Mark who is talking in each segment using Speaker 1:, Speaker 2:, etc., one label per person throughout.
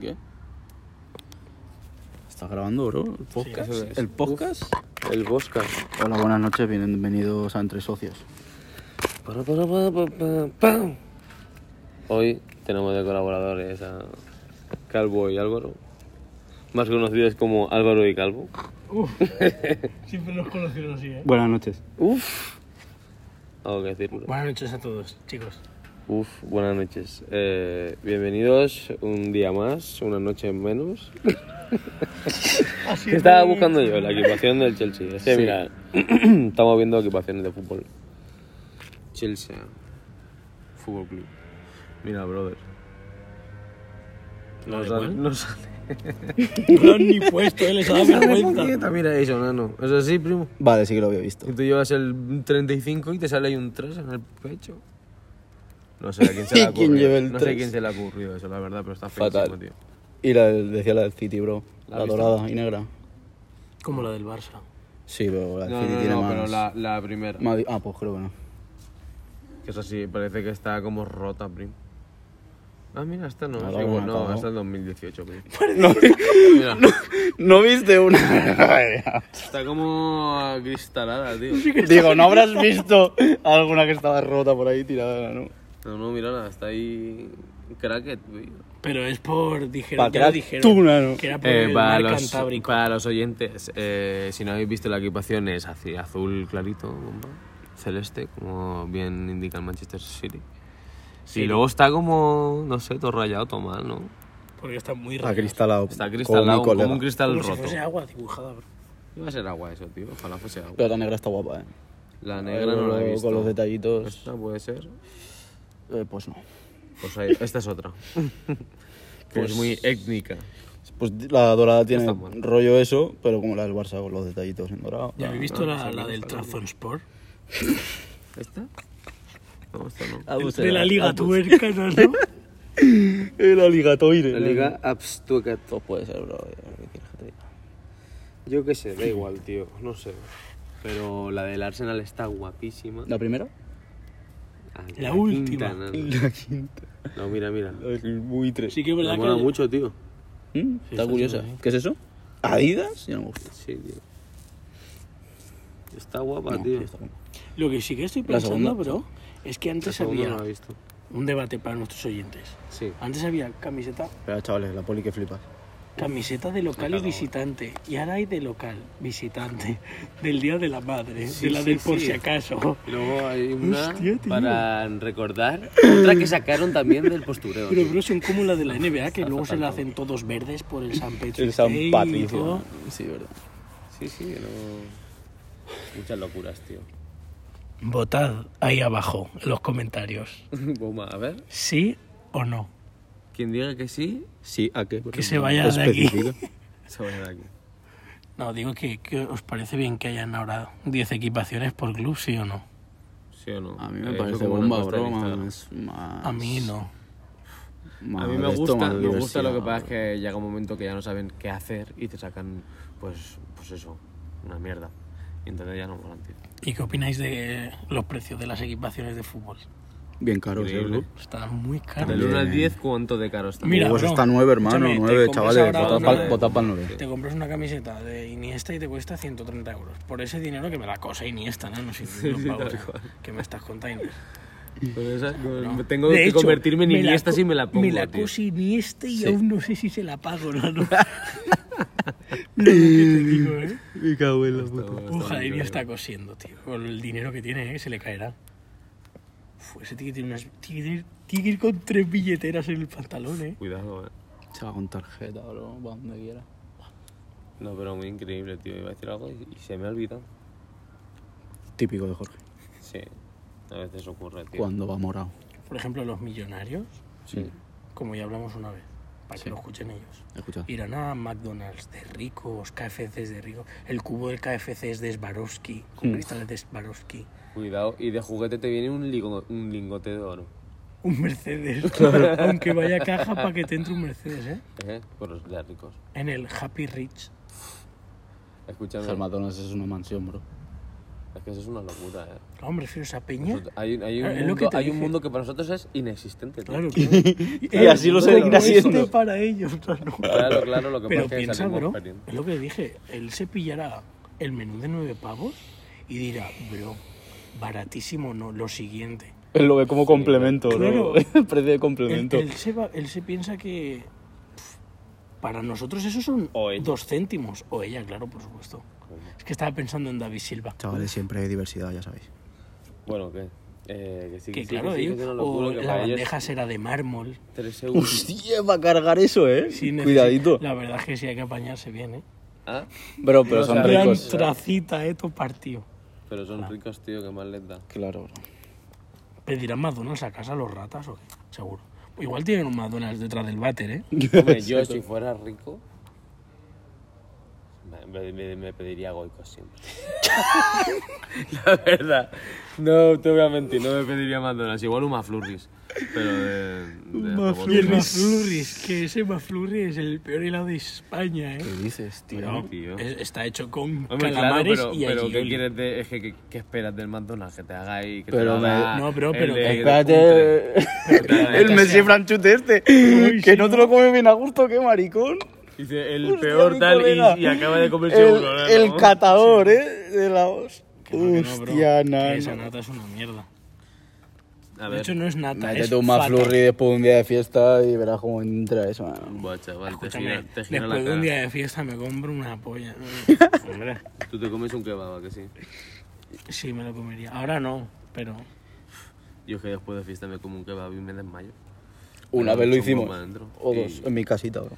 Speaker 1: qué? ¿Estás grabando, bro? ¿El podcast?
Speaker 2: eso es.
Speaker 1: ¿El podcast?
Speaker 2: El Bosca.
Speaker 1: Hola, buenas noches, bienvenidos a Entre Socios.
Speaker 2: Para, para, para, pa, pa, pam. Hoy tenemos de colaboradores a Calvo y Álvaro, más conocidos como Álvaro y Calvo.
Speaker 3: Siempre nos conocieron así, ¿eh?
Speaker 1: Buenas noches.
Speaker 2: Uf. Algo que decir. bro.
Speaker 3: Buenas noches a todos, chicos.
Speaker 2: Uf, buenas noches. Eh, bienvenidos un día más, una noche menos.
Speaker 3: Así
Speaker 2: Que estaba buscando yo ¿eh? la equipación del Chelsea. Es que
Speaker 1: Sí.
Speaker 2: mira, estamos viendo equipaciones de fútbol. Chelsea, Fútbol Club. Mira, brother. No sale, no sale.
Speaker 3: No han ni puesto, ¿eh? Les ha dado vergüenza.
Speaker 2: Mira eso, nano. Es así, primo.
Speaker 1: Vale, sí que lo había visto.
Speaker 2: Y tú llevas el 35 y te sale ahí un 3 en el pecho. No sé a quién se le ha
Speaker 1: ¿Y quién
Speaker 2: ocurrido.
Speaker 1: lleva el
Speaker 2: no sé a
Speaker 1: tres?
Speaker 2: quién se le ha ocurrido eso, la verdad, pero está
Speaker 1: Fatal.
Speaker 2: feísimo, tío.
Speaker 1: Y la del- decía la del City, bro.
Speaker 2: ¿La
Speaker 1: La,
Speaker 2: has visto?
Speaker 1: dorada y negra.
Speaker 3: Como la del Barça.
Speaker 1: Sí, pero la del
Speaker 2: No,
Speaker 1: City
Speaker 2: no,
Speaker 1: tiene
Speaker 2: no,
Speaker 1: más...
Speaker 2: pero la, la primera.
Speaker 1: más di- Ah, pues creo que no.
Speaker 2: Que es así, parece que está como rota, prim. Ah, mira, esta no,
Speaker 1: Ah,
Speaker 2: es
Speaker 1: la
Speaker 2: igual,
Speaker 1: buena,
Speaker 2: no,
Speaker 1: ¿no?
Speaker 2: esta es 2018, prim.
Speaker 1: No,
Speaker 2: Mira,
Speaker 1: no viste una...
Speaker 2: está como cristalada, tío.
Speaker 1: Digo, ¿no habrás visto alguna que estaba rota por ahí tirada, no?
Speaker 2: No, no, mira, nada, está ahí cracket, güey.
Speaker 3: Pero es por...
Speaker 1: Pa'
Speaker 3: Dijeron, ya lo
Speaker 1: crear
Speaker 3: dijeron.
Speaker 1: tú, nano.
Speaker 3: Que era por
Speaker 2: Eh,
Speaker 3: pues, el
Speaker 2: para,
Speaker 3: mar
Speaker 2: los,
Speaker 3: Cantábrico.
Speaker 2: para los oyentes, eh, si no habéis visto la equipación es así, azul clarito, bomba, celeste, como bien indica el Manchester City.
Speaker 3: Sí.
Speaker 2: Y luego está como, no sé, todo rayado, todo mal, ¿no?
Speaker 3: Porque está muy
Speaker 1: Está
Speaker 3: raro.
Speaker 1: cristalado.
Speaker 2: Está
Speaker 1: como mi
Speaker 2: cristalado, como,
Speaker 1: colega.
Speaker 2: un cristal
Speaker 3: Como si
Speaker 2: roto.
Speaker 3: fuese agua dibujada, bro.
Speaker 2: Iba a ser agua eso, tío, ojalá fuese agua.
Speaker 1: Pero la negra está guapa, eh.
Speaker 2: La negra no
Speaker 1: Con
Speaker 2: la he
Speaker 1: lo-
Speaker 2: visto.
Speaker 1: Con los detallitos...
Speaker 2: Esta puede ser.
Speaker 1: eh, pues no.
Speaker 2: Pues ahí, esta es otra. que es muy étnica.
Speaker 1: Pues la dorada tiene
Speaker 2: Está bueno.
Speaker 1: rollo eso, pero como la del Barça con los detallitos en dorado.
Speaker 3: ¿Ya habéis visto
Speaker 2: no,
Speaker 3: la,
Speaker 2: no,
Speaker 3: la
Speaker 2: no,
Speaker 3: del
Speaker 2: no,
Speaker 3: Trabzonspor?
Speaker 2: ¿Esta? No, esta
Speaker 1: Ah,
Speaker 2: no.
Speaker 1: pues
Speaker 3: De la Liga Tuerca, ¿no? ¿no?
Speaker 1: La Liga Toire.
Speaker 2: Abstucat.
Speaker 1: Todo puede ser, bro. ¿Qué quieres que te diga?
Speaker 2: Yo qué sé, da igual, tío. No sé. Pero la del Arsenal está guapísima.
Speaker 1: ¿La primera?
Speaker 2: Ah,
Speaker 3: La última.
Speaker 2: quinta, no, no.
Speaker 1: La quinta.
Speaker 2: No, mira, mira.
Speaker 1: El buitre.
Speaker 3: Sí que es
Speaker 2: Me
Speaker 3: verdad
Speaker 2: mola
Speaker 3: que...
Speaker 2: mucho, tío.
Speaker 1: Mm, Está
Speaker 3: está
Speaker 1: curiosa.
Speaker 3: chula, eh.
Speaker 1: ¿Qué es eso? ¿Adidas? Yo no me gusta.
Speaker 2: Sí, tío. Está guapa,
Speaker 1: No,
Speaker 2: tío.
Speaker 1: sí, está bueno.
Speaker 3: Lo que sí que estoy
Speaker 1: La segunda.
Speaker 3: pensando, bro, es que
Speaker 2: Esta
Speaker 3: antes
Speaker 2: segunda
Speaker 3: había
Speaker 2: no la he visto.
Speaker 3: un debate para nuestros oyentes.
Speaker 2: Sí.
Speaker 3: Antes había camiseta
Speaker 1: Pero chavales, la poli que flipas.
Speaker 3: Camiseta de local y visitante. Y ahora hay de local, visitante. Del Día de la Madre.
Speaker 2: Sí,
Speaker 3: de la
Speaker 2: sí,
Speaker 3: del por
Speaker 2: sí.
Speaker 3: si acaso.
Speaker 2: Luego hay una
Speaker 3: Hostia, tío.
Speaker 2: para recordar. Otra que sacaron también del postureo.
Speaker 3: Pero
Speaker 2: tío.
Speaker 3: bro, son como la de la NBA, que luego se la hacen todos verdes por el San Pedro.
Speaker 1: El San Patricio. Sí, verdad.
Speaker 2: Sí, sí, no. Muchas locuras, tío.
Speaker 3: Votad ahí abajo en los comentarios.
Speaker 2: Goma, a ver.
Speaker 3: ¿Sí o no?
Speaker 2: Quien diga que sí,
Speaker 1: Sí, ¿a qué?
Speaker 3: Que se vaya de aquí.
Speaker 1: Especifica.
Speaker 2: se vaya de aquí.
Speaker 3: No, digo que, que os parece bien que hayan ahora 10 equipaciones por club, ¿sí o no?
Speaker 2: ¿Sí o no?
Speaker 1: A mí me
Speaker 2: Eso
Speaker 1: parece
Speaker 2: como
Speaker 1: bomba,
Speaker 2: nos gusta en
Speaker 1: bro.
Speaker 2: Instagram.
Speaker 1: Más, más-
Speaker 3: A mí no.
Speaker 1: más
Speaker 2: A mí me
Speaker 1: de esto,
Speaker 2: gusta,
Speaker 1: más
Speaker 2: me gusta lo que
Speaker 1: diversidad,
Speaker 2: pasa es
Speaker 1: bro.
Speaker 2: que llega un momento que ya no saben qué hacer y te sacan, pues, pues eso, una mierda. Y entonces ya no molan, tío.
Speaker 3: ¿Y qué opináis de los precios de las equipaciones de fútbol?
Speaker 1: Bien caro, sí,
Speaker 2: Increíble.
Speaker 1: bro.
Speaker 3: Están muy
Speaker 2: Del
Speaker 3: caros.
Speaker 1: También. eh.
Speaker 2: 1 al 10, ¿cuánto de caro está?
Speaker 3: Mira,
Speaker 1: Pues
Speaker 3: bro,
Speaker 1: está nueve, hermano,
Speaker 3: escúchame, te
Speaker 1: nueve,
Speaker 3: compras
Speaker 1: chavales.
Speaker 3: ahora
Speaker 1: Votad
Speaker 3: una-
Speaker 1: pa'l- Votad para el 9.
Speaker 3: Te compras una camiseta de Iniesta y te cuesta 130 euros. Por ese dinero que me la cosa Iniesta, ¿no? No sé los pavos
Speaker 2: tal cual.
Speaker 3: que me estás contando.
Speaker 2: Con esa- con-
Speaker 3: No.
Speaker 2: Tengo
Speaker 3: De
Speaker 2: que
Speaker 3: hecho,
Speaker 2: convertirme en
Speaker 3: me la
Speaker 2: Iniesta
Speaker 3: co-
Speaker 2: si me la pongo,
Speaker 3: Me la
Speaker 2: tío.
Speaker 3: cosa Iniesta y
Speaker 2: Sí.
Speaker 3: aún no sé si se la pago, ¿no? no. Mira lo que te digo, ¿eh?
Speaker 1: Mi cago en la
Speaker 2: Está bueno, está
Speaker 3: Ojalá
Speaker 2: bueno,
Speaker 3: Iniesta
Speaker 2: creo.
Speaker 3: cosiendo, tío. Con el dinero que tiene, ¿eh? Se le caerá. Uf, ese tío tiene unas... Tiene, que ir- tiene que ir con tres billeteras en el pantalón, ¿eh?
Speaker 2: Cuidado, eh.
Speaker 1: Se va con tarjeta, bro. Va donde quiera.
Speaker 2: No, pero muy increíble, tío. Iba a decir algo y, y se me ha olvidado.
Speaker 1: Típico de Jorge.
Speaker 2: Sí, a veces ocurre, tío.
Speaker 1: Cuando va morado.
Speaker 3: Por ejemplo, los millonarios,
Speaker 1: Sí.
Speaker 3: como ya hablamos una vez, para
Speaker 1: Sí.
Speaker 3: que lo escuchen ellos.
Speaker 1: Escucha.
Speaker 3: Irán a McDonald's de ricos, KFCs de ricos. El cubo del KFC es de Swarovski, con
Speaker 1: Mm.
Speaker 3: cristales de Swarovski.
Speaker 2: Cuidado, y de juguete te viene un, ligo- un lingote de oro.
Speaker 3: Un Mercedes. Aunque vaya caja para que te entre un Mercedes, ¿eh?
Speaker 2: ¿Eh? Por los de ricos.
Speaker 3: En el Happy Rich.
Speaker 2: Escúchame.
Speaker 1: Germatones es una mansión, bro.
Speaker 2: Es que eso es una locura, ¿eh?
Speaker 3: Claro, me refiero a esa peña.
Speaker 2: Nosotros- Hay, hay un,
Speaker 3: Claro, es lo que
Speaker 2: mundo,
Speaker 3: te
Speaker 2: hay un
Speaker 3: dije.
Speaker 2: mundo que para nosotros es inexistente. tío.
Speaker 3: Claro, claro.
Speaker 1: y así lo
Speaker 3: Eh,
Speaker 1: seguirá
Speaker 3: no existe
Speaker 1: siendo.
Speaker 3: para ellos. o sea, no.
Speaker 2: Claro, claro, lo que
Speaker 3: Pero
Speaker 2: pasa es que
Speaker 3: piensa,
Speaker 2: salimos
Speaker 3: bro,
Speaker 2: perdiendo.
Speaker 3: es lo que dije. Él se pillará el menú de nueve pavos y dirá, bro, baratísimo no, lo siguiente.
Speaker 1: Él lo ve como complemento, ¿no?
Speaker 3: Claro.
Speaker 1: El precio de
Speaker 3: Él,
Speaker 1: complemento.
Speaker 3: él se va- él se piensa que pf, para nosotros eso son
Speaker 2: O ella.
Speaker 3: dos céntimos. O ella, claro, por supuesto. Es que estaba pensando en David Silva.
Speaker 4: Chavales, siempre hay diversidad, ya sabéis.
Speaker 2: Bueno, ¿qué? Eh, que sí, que
Speaker 3: Que
Speaker 2: sí,
Speaker 3: claro,
Speaker 2: que sí, que
Speaker 3: ellos-
Speaker 2: es una
Speaker 3: o
Speaker 2: locura que
Speaker 3: la
Speaker 2: para ellos
Speaker 3: bandeja será de mármol.
Speaker 2: tres euros.
Speaker 1: Hostia, va a cargar eso, ¿eh?
Speaker 3: Sí, necesi-
Speaker 1: Cuidadito.
Speaker 3: La verdad es que sí hay que apañarse bien, ¿eh?
Speaker 2: Ah,
Speaker 1: Bro, pero
Speaker 2: No,
Speaker 1: son
Speaker 2: o sea,
Speaker 3: Gran
Speaker 1: ricos.
Speaker 3: tracita, ¿eh? Tu partido.
Speaker 2: Pero son ricos, tío, que más les da.
Speaker 1: Claro, bro.
Speaker 3: ¿Pedirán McDonald's a casa a los ratas o qué? Seguro. Igual tienen un McDonald's detrás del váter, ¿eh?
Speaker 2: Hombre, yo si fuera rico, me, me- me pediría goicos siempre. La verdad. No te voy a mentir, no me pediría McDonald's. Igual un McFlurries. Pero de... de
Speaker 3: Y el
Speaker 2: robot.
Speaker 3: McFlurries, que ese McFlurry es el peor helado de España, ¿eh?
Speaker 4: dices,
Speaker 3: No,
Speaker 2: tío.
Speaker 3: es- Está hecho con
Speaker 2: Hombre, claro,
Speaker 3: calamares
Speaker 2: pero,
Speaker 3: y
Speaker 2: pero ¿qué
Speaker 3: alioli.
Speaker 2: quieres de, es que, que- ¿qué esperas del McDonald's? Que te haga ahí, que
Speaker 1: Pero
Speaker 2: te
Speaker 1: me-
Speaker 2: haga
Speaker 3: No, bro,
Speaker 2: el
Speaker 3: pero
Speaker 2: de-
Speaker 3: que-
Speaker 2: de
Speaker 1: Espérate. eh,
Speaker 2: punte.
Speaker 1: El Messi Franchute este. que
Speaker 3: sí.
Speaker 1: no te lo come bien a gusto, qué maricón.
Speaker 2: Dice, el
Speaker 1: Hostia,
Speaker 2: peor
Speaker 1: mi
Speaker 2: tal
Speaker 1: colega.
Speaker 2: y, y acaba de comerse
Speaker 1: El,
Speaker 2: uno. ¿no?
Speaker 1: el catador, ¿eh? De la os.
Speaker 3: Que no, que no, bro,
Speaker 1: Hostia,
Speaker 3: que
Speaker 1: nana.
Speaker 3: Esa nata es una mierda.
Speaker 2: A
Speaker 3: De
Speaker 2: ver,
Speaker 3: hecho, no es nata. es
Speaker 1: Métete un McFlurry después de un día de fiesta y verás cómo entra eso, mano.
Speaker 2: Buah, chaval, te
Speaker 3: Escúchame,
Speaker 2: gira, te gira la
Speaker 3: después de
Speaker 2: cara.
Speaker 3: un día de fiesta me compro una polla. Hombre,
Speaker 2: Tú te comes un kebab, ¿a que sí?
Speaker 3: sí me lo comería. Ahora no, pero...
Speaker 2: Yo es que después de fiesta me como un kebab y me desmayo.
Speaker 1: Una
Speaker 2: Me
Speaker 1: vez lo
Speaker 2: echo un
Speaker 1: hicimos.
Speaker 2: bomba adentro.
Speaker 1: O
Speaker 2: Y-
Speaker 1: dos, en mi casita, bro.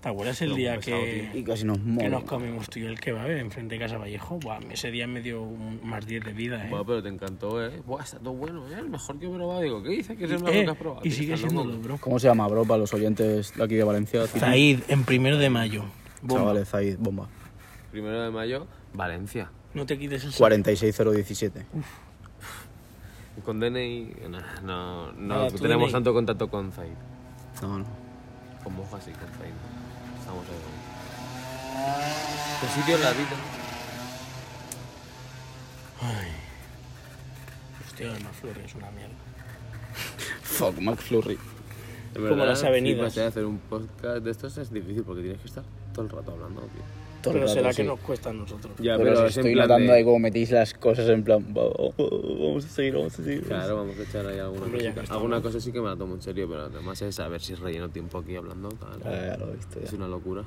Speaker 3: ¿Te acuerdas el
Speaker 2: Lo
Speaker 3: día
Speaker 2: pesado,
Speaker 1: Y
Speaker 3: que,
Speaker 1: casi nos
Speaker 3: que
Speaker 1: mola.
Speaker 3: nos comimos tú y el kebab enfrente de Casa Vallejo? Buah, ese día me dio un más 10 de vida, ¿eh?
Speaker 2: Buah, pero te encantó, ¿eh? Buah, está todo bueno, ¿eh? El mejor que he probado. Digo, ¿qué dices que es el mejor
Speaker 3: Eh,
Speaker 2: que has probado?
Speaker 3: y
Speaker 2: Tío,
Speaker 3: sigue
Speaker 2: estás
Speaker 3: siendo
Speaker 2: loco.
Speaker 3: bro.
Speaker 1: ¿Cómo se llama, bro? Para los oyentes de aquí de Valencia.
Speaker 3: Zaid, en primero de mayo. Bomba.
Speaker 1: Chavales, ahí, bomba.
Speaker 2: Primero de mayo, Valencia.
Speaker 3: No te quites el
Speaker 1: 46017.
Speaker 2: Con DNI... No, no, no
Speaker 3: Nada, tú
Speaker 2: tenemos
Speaker 3: DNI.
Speaker 2: tanto contacto con Zaid.
Speaker 1: No, no.
Speaker 2: Con Moja sí, con Zaid. Estamos ahí. ¿Qué
Speaker 3: Pues
Speaker 2: sitio es la vida?
Speaker 3: Hostia, el McFlurry es una mierda.
Speaker 1: Fuck, McFlurry.
Speaker 2: Es verdad,
Speaker 3: las avenidas.
Speaker 2: flipas, ¿eh? hacer un podcast de estos es difícil porque tienes que estar todo el rato hablando, tío.
Speaker 1: Todo el
Speaker 3: pero
Speaker 1: rato
Speaker 3: será
Speaker 1: así.
Speaker 3: que nos cuesta a nosotros.
Speaker 2: Ya,
Speaker 1: pero, os
Speaker 2: es en
Speaker 1: estoy
Speaker 2: plan
Speaker 1: notando
Speaker 2: de-
Speaker 1: ahí cómo metís las cosas en plan. va- va- oh, Vamos a seguir, vamos a seguir.
Speaker 2: Claro, vamos a echar ahí alguna
Speaker 3: Hombre, ya que
Speaker 2: cosita.
Speaker 3: estamos.
Speaker 2: Alguna cosa sí que me la tomo en serio, pero además es saber si relleno tiempo aquí hablando. tal.
Speaker 1: Ah, ya lo he visto ya.
Speaker 2: Es una locura.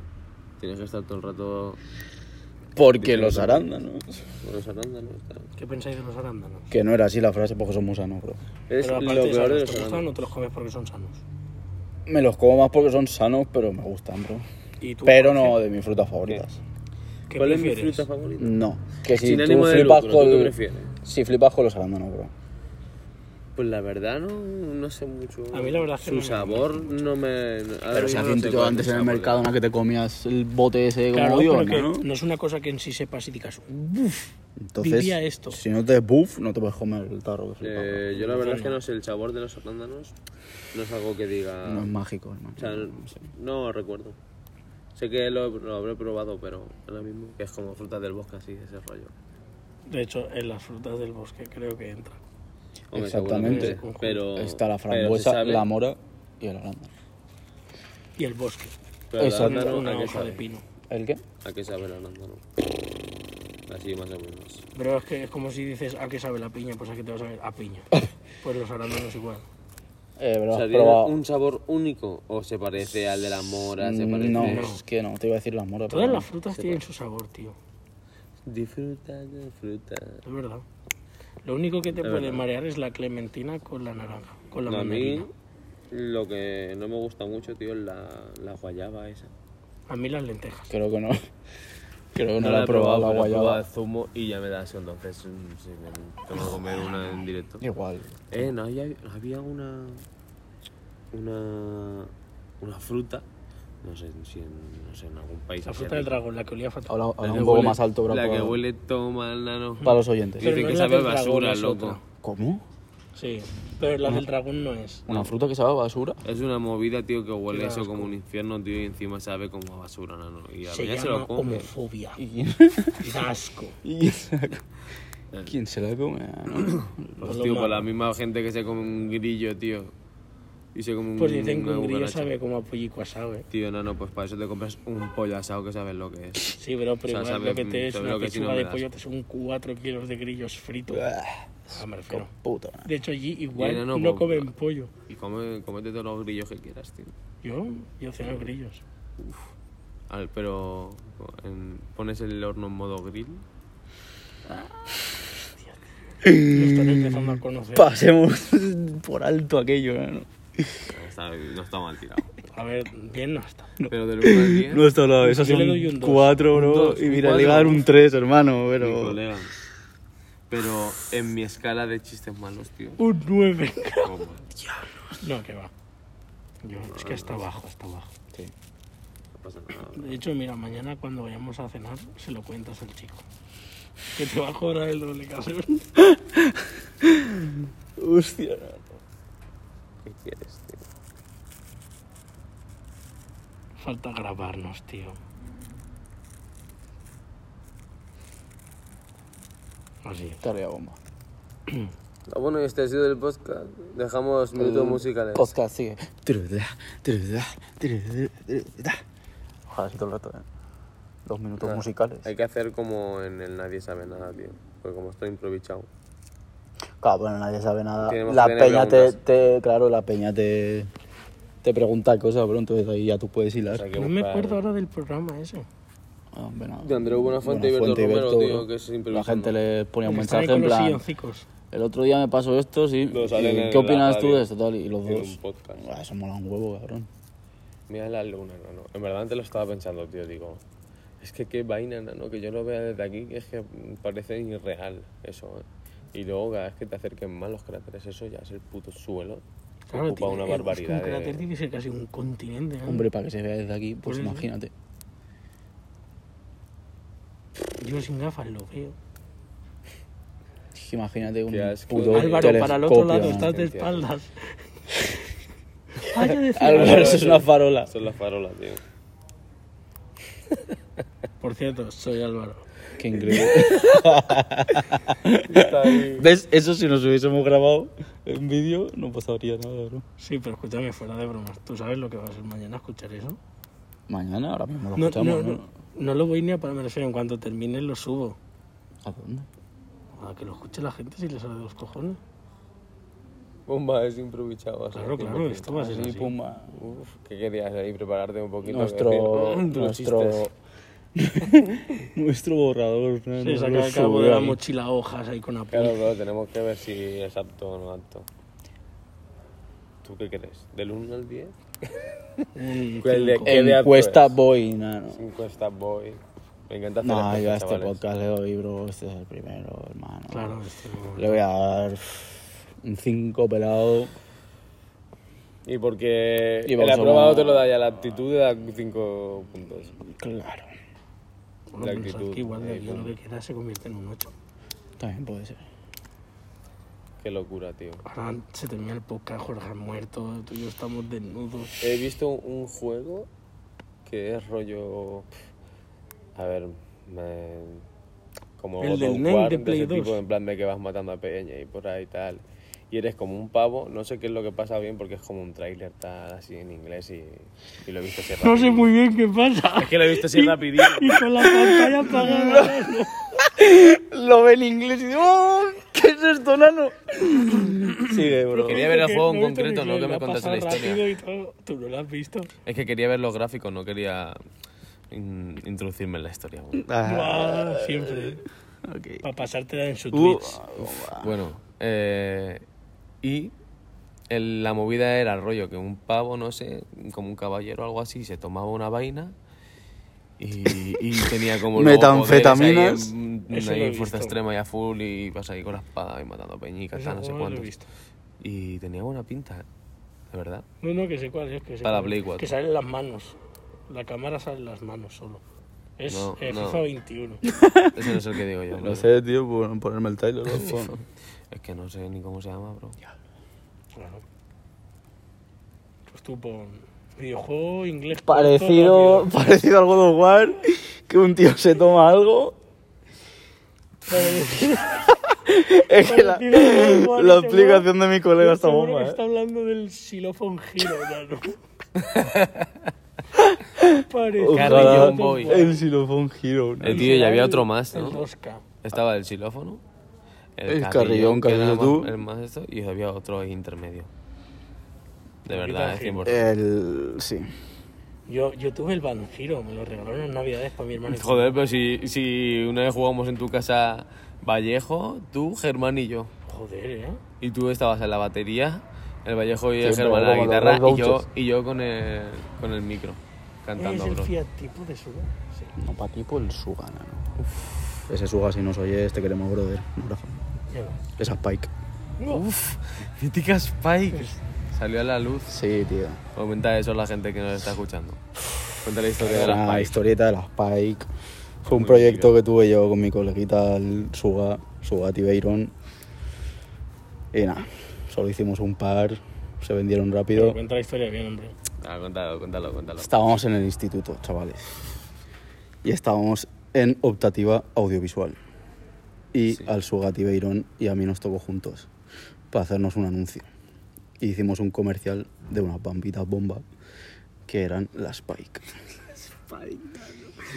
Speaker 2: Tienes que estar todo el rato
Speaker 1: Porque los arándanos.
Speaker 2: con los arándanos. tal.
Speaker 3: ¿Qué pensáis de los arándanos?
Speaker 1: Que no era así la frase, porque son gusanos, bro.
Speaker 2: Es
Speaker 3: pero
Speaker 2: lo
Speaker 3: aparte
Speaker 2: peor de
Speaker 3: de sanos,
Speaker 2: los
Speaker 3: ¿te gustan
Speaker 2: arándanos.
Speaker 3: o te los comes porque son sanos?
Speaker 1: Me los como más porque son sanos, pero me gustan, bro.
Speaker 3: ¿Y tú,
Speaker 1: Pero no
Speaker 3: Jorge,
Speaker 1: de mis frutas favoritas.
Speaker 3: ¿Qué
Speaker 2: ¿Cuál es mi
Speaker 3: prefieres?
Speaker 2: fruta favorita?
Speaker 1: No. Que si
Speaker 2: Sin
Speaker 1: tú
Speaker 2: ánimo de
Speaker 1: flipas
Speaker 2: lucro, ¿tú qué
Speaker 1: con.
Speaker 2: prefieres?
Speaker 1: Si flipas con los arándanos, bro.
Speaker 2: Pues la verdad no, no sé mucho.
Speaker 3: A mí la verdad es que
Speaker 2: Su
Speaker 3: no me
Speaker 2: sabor no me...
Speaker 1: Pero si haciendo yo antes en el mercado, ¿no? Que te comías el bote ese
Speaker 3: Claro,
Speaker 1: como Dios,
Speaker 3: pero que
Speaker 1: ¿no?
Speaker 3: no es una cosa que en sí sepas y digas,
Speaker 1: Entonces,
Speaker 3: vivía esto.
Speaker 1: si no te buff, no te puedes comer el tarro que flipas. bro.
Speaker 2: Eh, yo la verdad es que no sé, el sabor de los arándanos no es algo que diga...
Speaker 1: No es mágico, hermano.
Speaker 2: O sea, no recuerdo. Sé que lo, lo habré probado, pero ahora mismo que es como frutas del bosque así, ese rollo.
Speaker 3: De hecho, en las frutas del bosque creo que entra.
Speaker 2: Hombre,
Speaker 1: Exactamente.
Speaker 2: seguramente, Pero,
Speaker 1: Está la
Speaker 2: pero se
Speaker 1: frambuesa,
Speaker 2: sabe-
Speaker 1: la mora y el arándano.
Speaker 3: Y el bosque,
Speaker 2: pero el
Speaker 1: Exacto.
Speaker 2: arándano,
Speaker 3: una
Speaker 2: ¿a qué
Speaker 3: hoja de
Speaker 2: sabe?
Speaker 3: pino.
Speaker 1: ¿El qué?
Speaker 2: ¿A qué sabe el arándano? Así más o menos.
Speaker 3: Pero es que es como si dices, ¿a qué sabe la piña? Pues a qué te vas a ver, a piña. Pues los arándanos igual.
Speaker 1: Eh, pero
Speaker 2: O
Speaker 1: has
Speaker 2: sea, ¿tiene
Speaker 1: probado-
Speaker 2: un sabor único o se parece al de la mora? ¿Se parece?
Speaker 1: Mm, No, es que no, te iba a decir las moras.
Speaker 3: Todas
Speaker 1: pero
Speaker 3: las
Speaker 1: no.
Speaker 3: frutas tienen su sabor, tío.
Speaker 2: Disfruta, disfruta.
Speaker 3: Es verdad. Lo único que te puede
Speaker 2: verdad.
Speaker 3: marear es la clementina con la naranja, con la
Speaker 2: No, a
Speaker 3: mandarina.
Speaker 2: mí lo que no me gusta mucho, tío, es la, la guayaba esa.
Speaker 3: A mí las lentejas.
Speaker 1: Creo que no. Creo que no, la he probado, la
Speaker 2: pero he probado
Speaker 1: guayaba.
Speaker 2: el zumo y ya me da eso, entonces mm, sí, me tengo que comer una en directo.
Speaker 1: Igual.
Speaker 2: Eh, no había, había una. Una. Una fruta. No sé si en, no sé, en algún país.
Speaker 3: La fruta del
Speaker 2: asiático.
Speaker 3: dragón, la que olía fatal.
Speaker 1: Habla,
Speaker 2: La
Speaker 1: habla
Speaker 2: que
Speaker 1: un poco
Speaker 2: huele-
Speaker 1: más alto, bro.
Speaker 2: La que
Speaker 1: para-
Speaker 2: huele toma el nano.
Speaker 1: Para los oyentes.
Speaker 3: Pero
Speaker 2: Dicen
Speaker 3: no
Speaker 2: que
Speaker 3: es la
Speaker 2: sabe a
Speaker 3: del dragón,
Speaker 2: basura,
Speaker 3: es
Speaker 2: loco.
Speaker 3: otra.
Speaker 1: ¿Cómo?
Speaker 3: Sí, pero la del dragón no es.
Speaker 1: Una fruta que sabe a basura.
Speaker 2: Es una movida, tío, que huele eso como un infierno, tío, y encima sabe como a basura, nano. Y a
Speaker 3: Se
Speaker 2: ya
Speaker 3: llama
Speaker 2: se lo come.
Speaker 3: homofobia.
Speaker 1: ¿Y quién,
Speaker 3: Da asco.
Speaker 1: y se la come? ¿Quién se la come? Ah, no.
Speaker 2: Pues, tío, por la misma gente que se come un grillo, tío. Y se come un
Speaker 3: Pues dicen que
Speaker 2: una
Speaker 3: un grillo
Speaker 2: cucaracha.
Speaker 3: sabe como a pollico asado, ¿eh?
Speaker 2: Tío, nano, pues para eso te compras un pollo asado que sabes lo que es.
Speaker 3: Sí, pero, pero
Speaker 2: O sea,
Speaker 3: igual
Speaker 2: sabe-
Speaker 3: lo que te es
Speaker 2: sabe
Speaker 3: una
Speaker 2: lo que si no
Speaker 3: pechuga
Speaker 2: me
Speaker 3: de
Speaker 2: das.
Speaker 3: pollo te son 4 kilos de grillos fritos. Ah, me refiero.
Speaker 1: Puta.
Speaker 3: De hecho, allí igual
Speaker 2: Mira,
Speaker 3: no,
Speaker 2: no, po-
Speaker 3: comen pollo.
Speaker 2: Y come, cómete todos los grillos que quieras, tío.
Speaker 3: Yo, yo ceno grillos.
Speaker 2: Al, pero en- pones el horno en modo grill.
Speaker 3: Lo están empezando a conocer.
Speaker 1: Pasemos por alto aquello. ¿no?
Speaker 2: Está- no está mal tirado.
Speaker 3: A ver, bien no está.
Speaker 2: Pero del 1 al 10,
Speaker 1: No está hablado, esas
Speaker 3: Yo le
Speaker 1: son
Speaker 3: doy un dos.
Speaker 1: cuatro,
Speaker 2: Un
Speaker 1: bro.
Speaker 2: dos,
Speaker 1: y
Speaker 2: un
Speaker 1: mira, le
Speaker 2: cuatro.
Speaker 1: iba a dar un tres, hermano,
Speaker 2: mi
Speaker 1: pero.
Speaker 2: colega. Pero en mi escala de chistes malos, tío.
Speaker 3: Un 9.
Speaker 2: como-
Speaker 3: No, que va. Yo, es que está abajo, está abajo.
Speaker 2: No pasa nada.
Speaker 3: De hecho, mira, mañana cuando vayamos a cenar, se lo cuentas al chico. Que te va a cobrar el doble casero.
Speaker 1: Hostia.
Speaker 2: ¿Qué quieres, tío?
Speaker 3: Falta grabarnos, tío. Así.
Speaker 1: Tarea bomba.
Speaker 2: Ah, bueno, y este ha sido el podcast. Dejamos minutos musicales.
Speaker 1: Mm, Podcast sigue. Trudla, trudla, trudla, trudla. Ojalá así todo el rato, ¿eh? Dos minutos
Speaker 2: Nada.
Speaker 1: musicales.
Speaker 2: Hay que hacer como en el Nadie Sabe Nada, tío. Porque como estoy improvisado.
Speaker 1: Cabrón, nadie sabe nada.
Speaker 2: Tenemos
Speaker 1: La
Speaker 2: que tener
Speaker 1: peña te,
Speaker 2: preguntas.
Speaker 1: te- Claro, la peña te. Te pregunta cosas, bro. Entonces ahí ya tú puedes
Speaker 2: O
Speaker 1: hilar.
Speaker 2: sea, hay que
Speaker 3: No me
Speaker 2: buscar-
Speaker 3: acuerdo ahora del programa ese.
Speaker 1: Ah, hombre, nada.
Speaker 2: De Andreu Buenafuente y Berto
Speaker 1: Buenafuente
Speaker 2: Romero,
Speaker 1: Berto,
Speaker 2: tío,
Speaker 1: bro.
Speaker 2: que es improvisando.
Speaker 1: La gente le ponía un
Speaker 3: Que están
Speaker 1: mensaje
Speaker 3: ahí con
Speaker 1: en
Speaker 3: los
Speaker 1: plan.
Speaker 3: silloncicos.
Speaker 1: El otro día me pasó esto, sí.
Speaker 2: Lo
Speaker 1: y
Speaker 2: salen en
Speaker 1: ¿Qué
Speaker 2: la
Speaker 1: opinas tú
Speaker 2: radio,
Speaker 1: de esto, tal? Y los
Speaker 2: en
Speaker 1: dos.
Speaker 2: un podcast.
Speaker 1: Ah, eso mola un huevo, cabrón.
Speaker 2: Mira la luna, no, En verdad antes lo estaba pensando, tío. Digo, es que qué vaina, no, que yo lo vea desde aquí, que es que parece irreal eso. ¿eh? Y luego cada vez que te acerquen más los cráteres, eso ya es el puto suelo. que
Speaker 3: Claro,
Speaker 2: ocupa
Speaker 3: tío,
Speaker 2: una
Speaker 3: es que
Speaker 2: barbaridad.
Speaker 3: Un cráter
Speaker 2: de...
Speaker 3: tiene que ser casi un continente. ¿no?
Speaker 1: Hombre, para que se vea desde aquí,
Speaker 3: Por
Speaker 1: pues
Speaker 3: eso.
Speaker 1: imagínate.
Speaker 3: Yo sin gafas lo veo.
Speaker 1: Imagínate un
Speaker 2: Qué asco,
Speaker 1: puto
Speaker 2: tío.
Speaker 3: Álvaro, para el
Speaker 1: telescopio,
Speaker 3: otro lado
Speaker 1: ¿no?
Speaker 3: estás de
Speaker 2: Gente,
Speaker 3: espaldas. Ah, Hay que decir-
Speaker 1: Álvaro, eso es una farola.
Speaker 2: Eso es la farola, tío.
Speaker 3: Por cierto, soy Álvaro.
Speaker 1: Qué increíble. ¿Ves? Eso si nos hubiésemos grabado en vídeo no pasaría nada, bro.
Speaker 3: Sí, pero escúchame, fuera de bromas. ¿Tú sabes lo que va a ser mañana escuchar eso?
Speaker 1: Mañana, ahora mismo lo
Speaker 3: No,
Speaker 1: escuchamos,
Speaker 3: no, no, no lo voy ni a poner, me refiero, en cuanto termine lo subo.
Speaker 1: ¿A dónde?
Speaker 3: A que lo escuche la gente si le sale de los cojones.
Speaker 2: Bomba, es improvisado. así
Speaker 3: Claro,
Speaker 2: que
Speaker 3: claro,
Speaker 2: imagínate.
Speaker 3: esto va a ser
Speaker 1: Sí,
Speaker 3: así.
Speaker 1: pumba.
Speaker 2: Uf, ¿qué querías ahí? Prepararte un poquito.
Speaker 1: Nuestro.
Speaker 2: decir, "Mm, tus
Speaker 1: Nuestro.
Speaker 2: chistes".
Speaker 1: nuestro borrador. ¿no?
Speaker 3: Se
Speaker 1: No
Speaker 3: saca
Speaker 1: lo
Speaker 3: el cabo de
Speaker 1: sube
Speaker 3: la
Speaker 1: ahí.
Speaker 3: mochila hojas ahí con la
Speaker 2: Claro,
Speaker 3: peli.
Speaker 2: claro, tenemos que ver si es apto o no apto. ¿Tú qué crees? ¿Del 1 al 10?
Speaker 3: Un
Speaker 2: ¿Cuál
Speaker 1: eh.
Speaker 2: de-
Speaker 3: eh, cinco.
Speaker 2: qué de apto
Speaker 1: Encuesta
Speaker 2: es?
Speaker 1: boy, nano.
Speaker 2: 5 está boy. Me encanta hacer
Speaker 1: No,
Speaker 2: encuestas,
Speaker 1: yo a este
Speaker 2: chavales.
Speaker 1: podcast le doy, bro. Este es el primero, hermano.
Speaker 3: Claro, este no.
Speaker 1: Le voy a dar pff, un 5 pelado.
Speaker 2: Y porque
Speaker 1: Y
Speaker 2: el
Speaker 1: vamos a
Speaker 2: aprobado
Speaker 1: una-
Speaker 2: te lo da ya la actitud le da 5 puntos.
Speaker 1: Claro.
Speaker 3: Bueno,
Speaker 2: la
Speaker 3: pensad
Speaker 2: actitud,
Speaker 3: pues que igual de
Speaker 2: ahí,
Speaker 3: aquí a lo que queda se convierte en un 8.
Speaker 1: También puede ser.
Speaker 2: Qué locura, tío.
Speaker 3: Ahora se termina el podcast, Jorge ha muerto, tú y yo estamos desnudos.
Speaker 2: He visto un juego que es rollo. A ver, me- como
Speaker 3: El
Speaker 2: God
Speaker 3: del
Speaker 2: of
Speaker 3: Nen
Speaker 2: War,
Speaker 3: de Play
Speaker 2: ese
Speaker 3: 2.
Speaker 2: tipo, en plan de que vas matando a peña y por ahí y tal. Y eres como un pavo, no sé qué es lo que pasa bien porque es como un tráiler tal así en inglés y, y lo he visto así
Speaker 3: No sé
Speaker 2: rapidito.
Speaker 3: muy bien qué pasa.
Speaker 2: Es que lo he visto así rapidito.
Speaker 3: Y con la pantalla apagada.
Speaker 1: Lo ve en inglés y digo,
Speaker 5: "Oh,
Speaker 1: ¿qué es esto, nano? Sigue, bro.
Speaker 2: Quería ver el
Speaker 3: Que
Speaker 2: juego en
Speaker 3: no he visto
Speaker 2: concreto,
Speaker 3: ni
Speaker 2: no que
Speaker 3: lo
Speaker 2: me
Speaker 3: ha
Speaker 2: contase la
Speaker 3: pasado
Speaker 2: historia.
Speaker 3: rápido y todo. Tú no lo has visto.
Speaker 2: Es que quería ver los gráficos, no quería in- introducirme en la historia. güey.
Speaker 3: Buah, siempre.
Speaker 1: Ah, Ok.
Speaker 3: Para pasártela en su
Speaker 1: Uh,
Speaker 3: Twitch.
Speaker 2: ah, Bueno, eh, y el- la movida era rollo que un pavo, no sé, como un caballero o algo así, se tomaba una vaina y, y tenía como... luego
Speaker 1: Metanfetaminas.
Speaker 2: poderes Ahí, en-
Speaker 3: Eso
Speaker 2: ahí
Speaker 3: lo he
Speaker 2: en fuerza
Speaker 3: visto.
Speaker 2: extrema y a full y vas ahí con la espada y matando a peñicas,
Speaker 3: Ese
Speaker 2: tal, no sé
Speaker 3: juego lo he
Speaker 2: cuánto.
Speaker 3: visto.
Speaker 2: Y tenía buena pinta, de verdad.
Speaker 3: No, no, que sé cuál es. Que sé
Speaker 2: Para
Speaker 3: cuál
Speaker 2: Play
Speaker 3: es.
Speaker 2: cuatro.
Speaker 3: Que salen las manos. La cámara sale en las manos solo. Es
Speaker 2: No,
Speaker 3: eh,
Speaker 2: no.
Speaker 3: FIFA 21.
Speaker 2: Ese no es el que digo yo.
Speaker 1: no sé, tío, por ponerme el Tyler. o algo.
Speaker 2: Es que no sé ni cómo se llama, bro.
Speaker 3: Claro. Pues tú pon videojuego inglés. corto,
Speaker 5: Parecido,
Speaker 3: rápido.
Speaker 5: parecido al God of War, que un tío se toma algo. es que la,
Speaker 3: Parecido al God of War,
Speaker 5: la
Speaker 3: seguro.
Speaker 5: explicación de mi colega está
Speaker 3: Seguro que
Speaker 5: bomba,
Speaker 3: Está
Speaker 5: ¿eh?
Speaker 3: hablando del xilófon giro, ya, ¿no?
Speaker 2: Claro,
Speaker 3: Parecido.
Speaker 5: Ojalá
Speaker 2: John Boy.
Speaker 5: El xilofón giro.
Speaker 2: El tío, y había otro más,
Speaker 3: El
Speaker 2: ¿no?
Speaker 3: 2K.
Speaker 2: Estaba el xilófono.
Speaker 5: El carrillón,
Speaker 2: que era
Speaker 5: carrillón
Speaker 2: más-
Speaker 5: tú.
Speaker 2: El más esto, y había otro ahí intermedio. De verdad, es
Speaker 3: Guitar Hero.
Speaker 2: 100%.
Speaker 5: El... sí.
Speaker 3: Yo, yo tuve el banjiro, me lo regalaron en Navidades para mi hermano.
Speaker 2: Joder, pero si, si una vez jugamos en tu casa Vallejo, tú, Germán y yo.
Speaker 3: Joder, ¿eh?
Speaker 2: Y tú estabas en la batería, el Vallejo y el
Speaker 5: Siempre
Speaker 2: Germán en la
Speaker 5: hago los
Speaker 2: guitarra, y yo,
Speaker 5: gauchos.
Speaker 2: y yo con el, con el micro, cantando,
Speaker 3: es el
Speaker 2: bro.
Speaker 3: Fiat tipo de su. Sí.
Speaker 5: No, pa' tipo el Sugana, ¿no?
Speaker 1: Ese Suga, si nos oyes,
Speaker 5: este,
Speaker 1: te queremos, brother. Un abrazo.
Speaker 3: Ya va.
Speaker 1: Esa Pike.
Speaker 2: Uf, mítica Spike. Salió a la luz.
Speaker 5: Sí, tío.
Speaker 2: Comenta eso a la gente que nos está escuchando. Cuenta la historia de
Speaker 1: Era
Speaker 2: las
Speaker 1: la
Speaker 2: Spike.
Speaker 1: historieta de las Pike. Fue un
Speaker 2: Muy
Speaker 1: proyecto que
Speaker 2: mítica.
Speaker 1: tuve yo con mi coleguita, el Suga, Suga Tibeiron. Y nada, solo hicimos un par, se vendieron
Speaker 3: Pero
Speaker 1: rápido.
Speaker 3: cuenta la historia bien, hombre.
Speaker 2: Ah, cuéntalo, cuéntalo, cuéntalo.
Speaker 1: Estábamos en el instituto, chavales. Y estábamos en optativa audiovisual. Y
Speaker 2: Sí.
Speaker 1: al Sugati Beirón y a mí nos tocó juntos para hacernos un anuncio. Y hicimos un comercial de unas pampitas bomba que eran las Pike.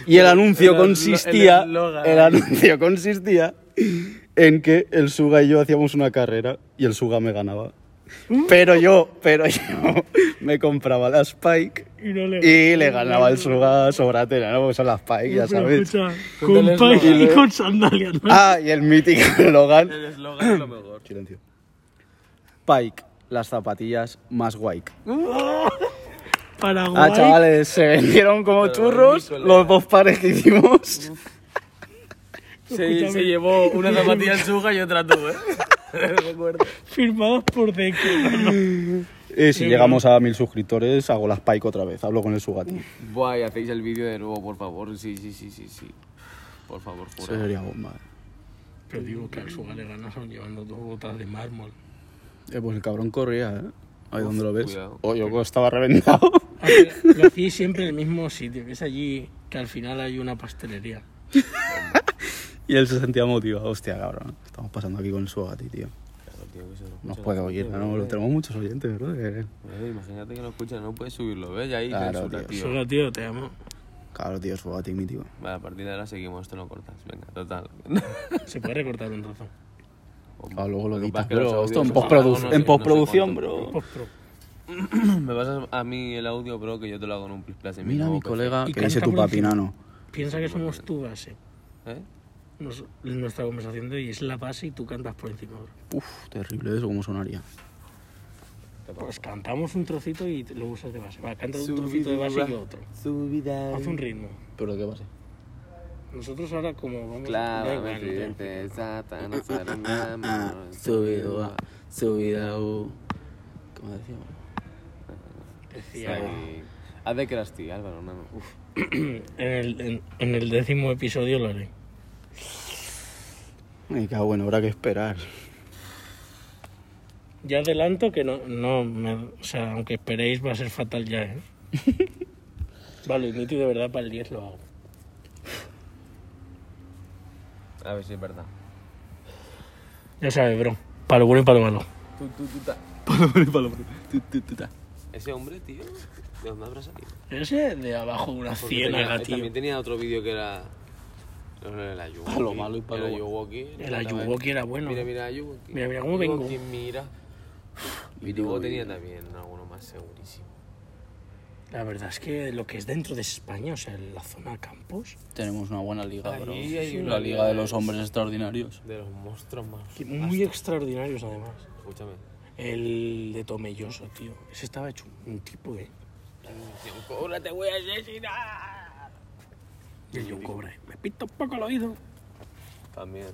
Speaker 1: Y el anuncio
Speaker 2: El eslo- el
Speaker 1: consistía.
Speaker 2: eslogan.
Speaker 1: el anuncio consistía en que el Suga y yo hacíamos una carrera y el Suga me ganaba.
Speaker 2: Uh.
Speaker 1: Pero yo, pero yo me compraba las Pike
Speaker 3: Y, no
Speaker 1: y le ganaba el Suga Sobratera, ¿no? Porque son las Pike, ya sabes.
Speaker 3: Escucha, con
Speaker 2: el
Speaker 3: Pike y
Speaker 2: eslogan.
Speaker 3: con sandalias, ¿no?
Speaker 1: Ah, y el mítico Logan.
Speaker 2: El eslogan es lo mejor.
Speaker 1: Silencio. Pike, las zapatillas más guay.
Speaker 3: Paraguay.
Speaker 1: Ah, chavales, se vendieron como
Speaker 2: Pero
Speaker 1: churros
Speaker 2: mi colega.
Speaker 1: los dos pares que hicimos.
Speaker 2: Se,
Speaker 3: Escúchame.
Speaker 2: se llevó una zapatilla al suga y otra tú, ¿eh?
Speaker 3: Firmados por Deco. ¿no?
Speaker 1: Y si llegamos a mil suscriptores, hago las Pike otra vez. Hablo con el Sugati.
Speaker 2: Buah, y hacéis el vídeo de nuevo, por favor. Sí, sí, sí, sí, sí. Por favor,
Speaker 1: Eso
Speaker 2: jura.
Speaker 1: sería bomba. eh.
Speaker 3: Pero digo que al Suga le ganaron llevando dos botas de mármol.
Speaker 1: Eh, pues el cabrón corría, ¿eh? Ahí donde lo ves.
Speaker 2: cuidado.
Speaker 1: O yo estaba reventado.
Speaker 3: Aunque Ah, Lo hacía siempre en el mismo sitio, que es allí que al final hay una pastelería.
Speaker 1: Y él se sentía motivado. Hostia, cabrón. Estamos pasando aquí con el Sugati, tío.
Speaker 2: Claro, tío, que se lo
Speaker 1: Nos
Speaker 2: escucha
Speaker 1: puede
Speaker 2: la
Speaker 1: oír,
Speaker 2: gente,
Speaker 1: ¿no?
Speaker 2: bro.
Speaker 1: Lo tenemos muchos oyentes, ¿verdad?
Speaker 2: Eh, imagínate que no escucha, no puedes subirlo, ¿ves? Y ahí
Speaker 1: Claro,
Speaker 2: censura,
Speaker 1: tío.
Speaker 2: tío.
Speaker 3: Suga, tío, te amo.
Speaker 1: Claro, tío, Sugati mítico.
Speaker 2: Vale, a partir de ahora seguimos, esto lo cortas. Venga, total.
Speaker 3: Se puede recortar un trozo.
Speaker 1: Ah, luego lo
Speaker 2: que
Speaker 1: editas,
Speaker 2: pasa es que los
Speaker 1: bro. Esto en,
Speaker 2: audios son
Speaker 1: postprodu-
Speaker 2: largos, no sé-
Speaker 1: en
Speaker 2: no sé
Speaker 1: postproducción,
Speaker 2: cuánto.
Speaker 1: bro.
Speaker 3: Postpro.
Speaker 2: Me pasas a mí el audio, bro, que yo te lo hago en un plis plas en
Speaker 1: Mira a
Speaker 2: nuevo
Speaker 1: mi
Speaker 2: PC.
Speaker 1: colega
Speaker 3: Y
Speaker 1: que dice
Speaker 3: canta
Speaker 1: tu
Speaker 3: por
Speaker 1: papi,
Speaker 3: encima.
Speaker 1: nano.
Speaker 3: Piensa que somos tu base.
Speaker 2: ¿Eh?
Speaker 3: Nos- nuestra conversación de hoy es la base y tú cantas por encima. bro.
Speaker 1: Uf, terrible eso, cómo sonaría.
Speaker 3: Pues cantamos un trocito y lo usas de base. Va, canta un trocito de base y otro. Haz un ritmo.
Speaker 1: Pero qué pasa.
Speaker 3: Nosotros ahora como vamos... da
Speaker 2: Claro,
Speaker 3: igual,
Speaker 2: me
Speaker 3: ¿no?
Speaker 2: tridente, Satanás, Saranam,
Speaker 5: Subido a, subido
Speaker 2: uh.
Speaker 5: ¿Cómo decíamos?
Speaker 3: Decía,
Speaker 2: Ahí. Haz de Crash, tío, Álvaro, no, no. Uf.
Speaker 3: en, el, en- en el décimo episodio lo haré.
Speaker 1: Y qué bueno, habrá que esperar.
Speaker 3: Ya adelanto que no, no me- o sea, aunque esperéis va a ser fatal ya, ¿eh? vale, Niti de verdad para el 10 lo hago.
Speaker 2: A ver si es verdad.
Speaker 3: Ya sabes, bro. Para lo bueno y para lo malo.
Speaker 2: Tú, tú, tú, ta. Ese hombre, tío, ¿de dónde habrá salido?
Speaker 3: Ese de abajo una
Speaker 2: Porque
Speaker 3: ciénaga,
Speaker 2: tenía-
Speaker 3: tío.
Speaker 2: También tenía otro vídeo que era... No, no, era Yuwoki.
Speaker 5: Pa' lo malo y pa' lo
Speaker 2: Era
Speaker 5: bueno.
Speaker 2: Yuwoki.
Speaker 3: El
Speaker 2: estaba-
Speaker 3: Ayuwoki era bueno.
Speaker 2: Mira, mira, Yuwoki.
Speaker 3: Mira, mira cómo vengo.
Speaker 2: Yuwoki, mira. Y luego tenía también alguno más segurísimo.
Speaker 3: La verdad es que lo que es dentro de España, o sea, en la zona campos,
Speaker 5: Tenemos una buena liga,
Speaker 2: Ahí
Speaker 5: bro.
Speaker 2: hay una
Speaker 5: La
Speaker 2: liga
Speaker 5: liga de
Speaker 2: de
Speaker 5: los hombres extraordinarios.
Speaker 2: De los monstruos más...
Speaker 3: que muy extraordinarios además.
Speaker 2: Escúchame.
Speaker 3: El de Tomelloso, tío. Ese estaba hecho un tipo, ¿eh?
Speaker 2: ¡Cobra, te voy a asesinar!
Speaker 3: Y el John Cobra, ¿eh? me pinta un poco el oído.
Speaker 2: También.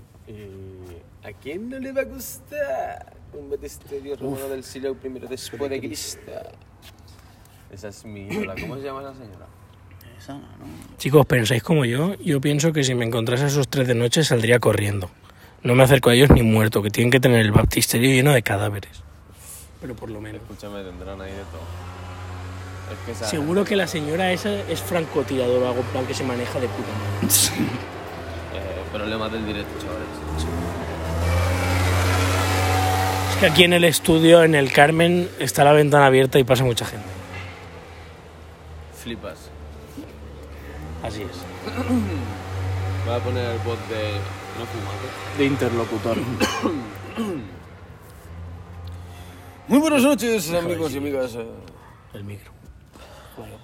Speaker 2: ¿A quién no le va a gustar? Un batisterio romano del siglo I después de Cristo. Esa es mi ídola. ¿Cómo se llama esa señora?
Speaker 3: Chicos, ¿pensáis como yo? Yo pienso que si me encontrase a esos tres de noche saldría corriendo. No me acerco a ellos ni muerto, que tienen que tener el baptisterio lleno de cadáveres. Pero por lo menos.
Speaker 2: Escúchame, tendrán ahí de todo. Es que esa-
Speaker 3: Seguro que la señora esa es francotiradora o algo en plan que se maneja de puta madre.
Speaker 2: Eh, problemas del directo, chavales.
Speaker 3: Es que aquí en el estudio, en el Carmen, está la ventana abierta y pasa mucha gente.
Speaker 2: Flipas.
Speaker 3: Así es.
Speaker 2: Voy a poner el bot de no fumato.
Speaker 1: De interlocutor. Muy buenas noches, amigos y amigas. Eh.
Speaker 3: El micro. Bueno,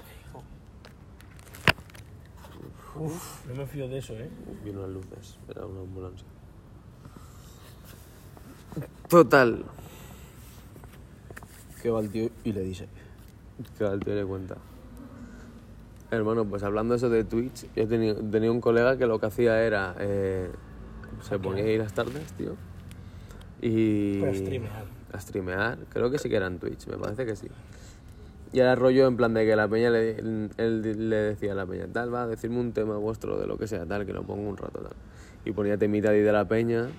Speaker 3: Uf, no me fío de eso, ¿eh?
Speaker 2: Vi unas luces, era una ambulancia.
Speaker 1: Total. Que va el tío y le dice.
Speaker 2: Que al tío le cuenta. Hermano, pues hablando eso de Twitch, yo tenía, tenía un colega que lo que hacía era. eh, se ponía ahí las tardes, tío. Y.
Speaker 3: Pero a streamear.
Speaker 2: A streamear. Creo que sí que era en Twitch, me parece que sí. Y era rollo en plan de que la peña le, él le decía a la peña, tal, va, decirme un tema vuestro de lo que sea, tal, que lo pongo un rato, tal. Y ponía temita ahí de la peña.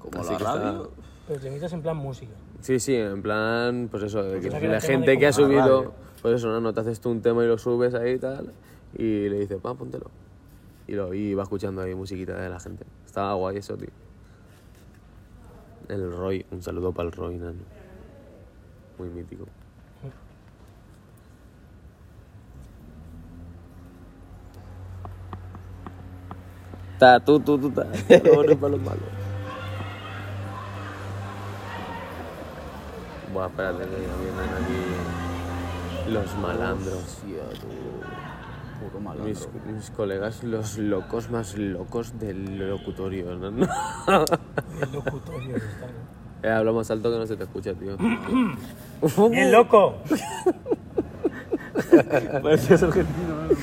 Speaker 1: Como
Speaker 2: Así
Speaker 1: la
Speaker 2: que está-
Speaker 1: radio.
Speaker 3: Pero te invitas en plan música.
Speaker 2: Sí, sí, en plan, pues eso, de que
Speaker 3: Pensaba que
Speaker 2: la
Speaker 3: era tema
Speaker 2: gente
Speaker 3: de eh.
Speaker 2: que ha
Speaker 3: como-
Speaker 1: Ah,
Speaker 2: subido,
Speaker 1: vale.
Speaker 2: pues eso, no, no te haces tú un tema y lo subes ahí y tal, y le dices, pa, póntelo. Y, lo, y va escuchando ahí musiquita de la gente. Estaba guay eso, tío. El Roy, un saludo para el Roy, nano. Muy mítico. Ta, tu, tu, tu, ta. Valores para los malos. Buah, espérate que ya vienen aquí los malandros.
Speaker 1: Hostia, tú. Puro malandro.
Speaker 2: Mis, mis colegas, los locos más locos del locutorio. ¿no?
Speaker 3: El locutorio está, ¿no?
Speaker 2: Eh, hablo más alto que no se te escucha, tío.
Speaker 3: ¡El loco!
Speaker 1: Parecías argentino, ¿no?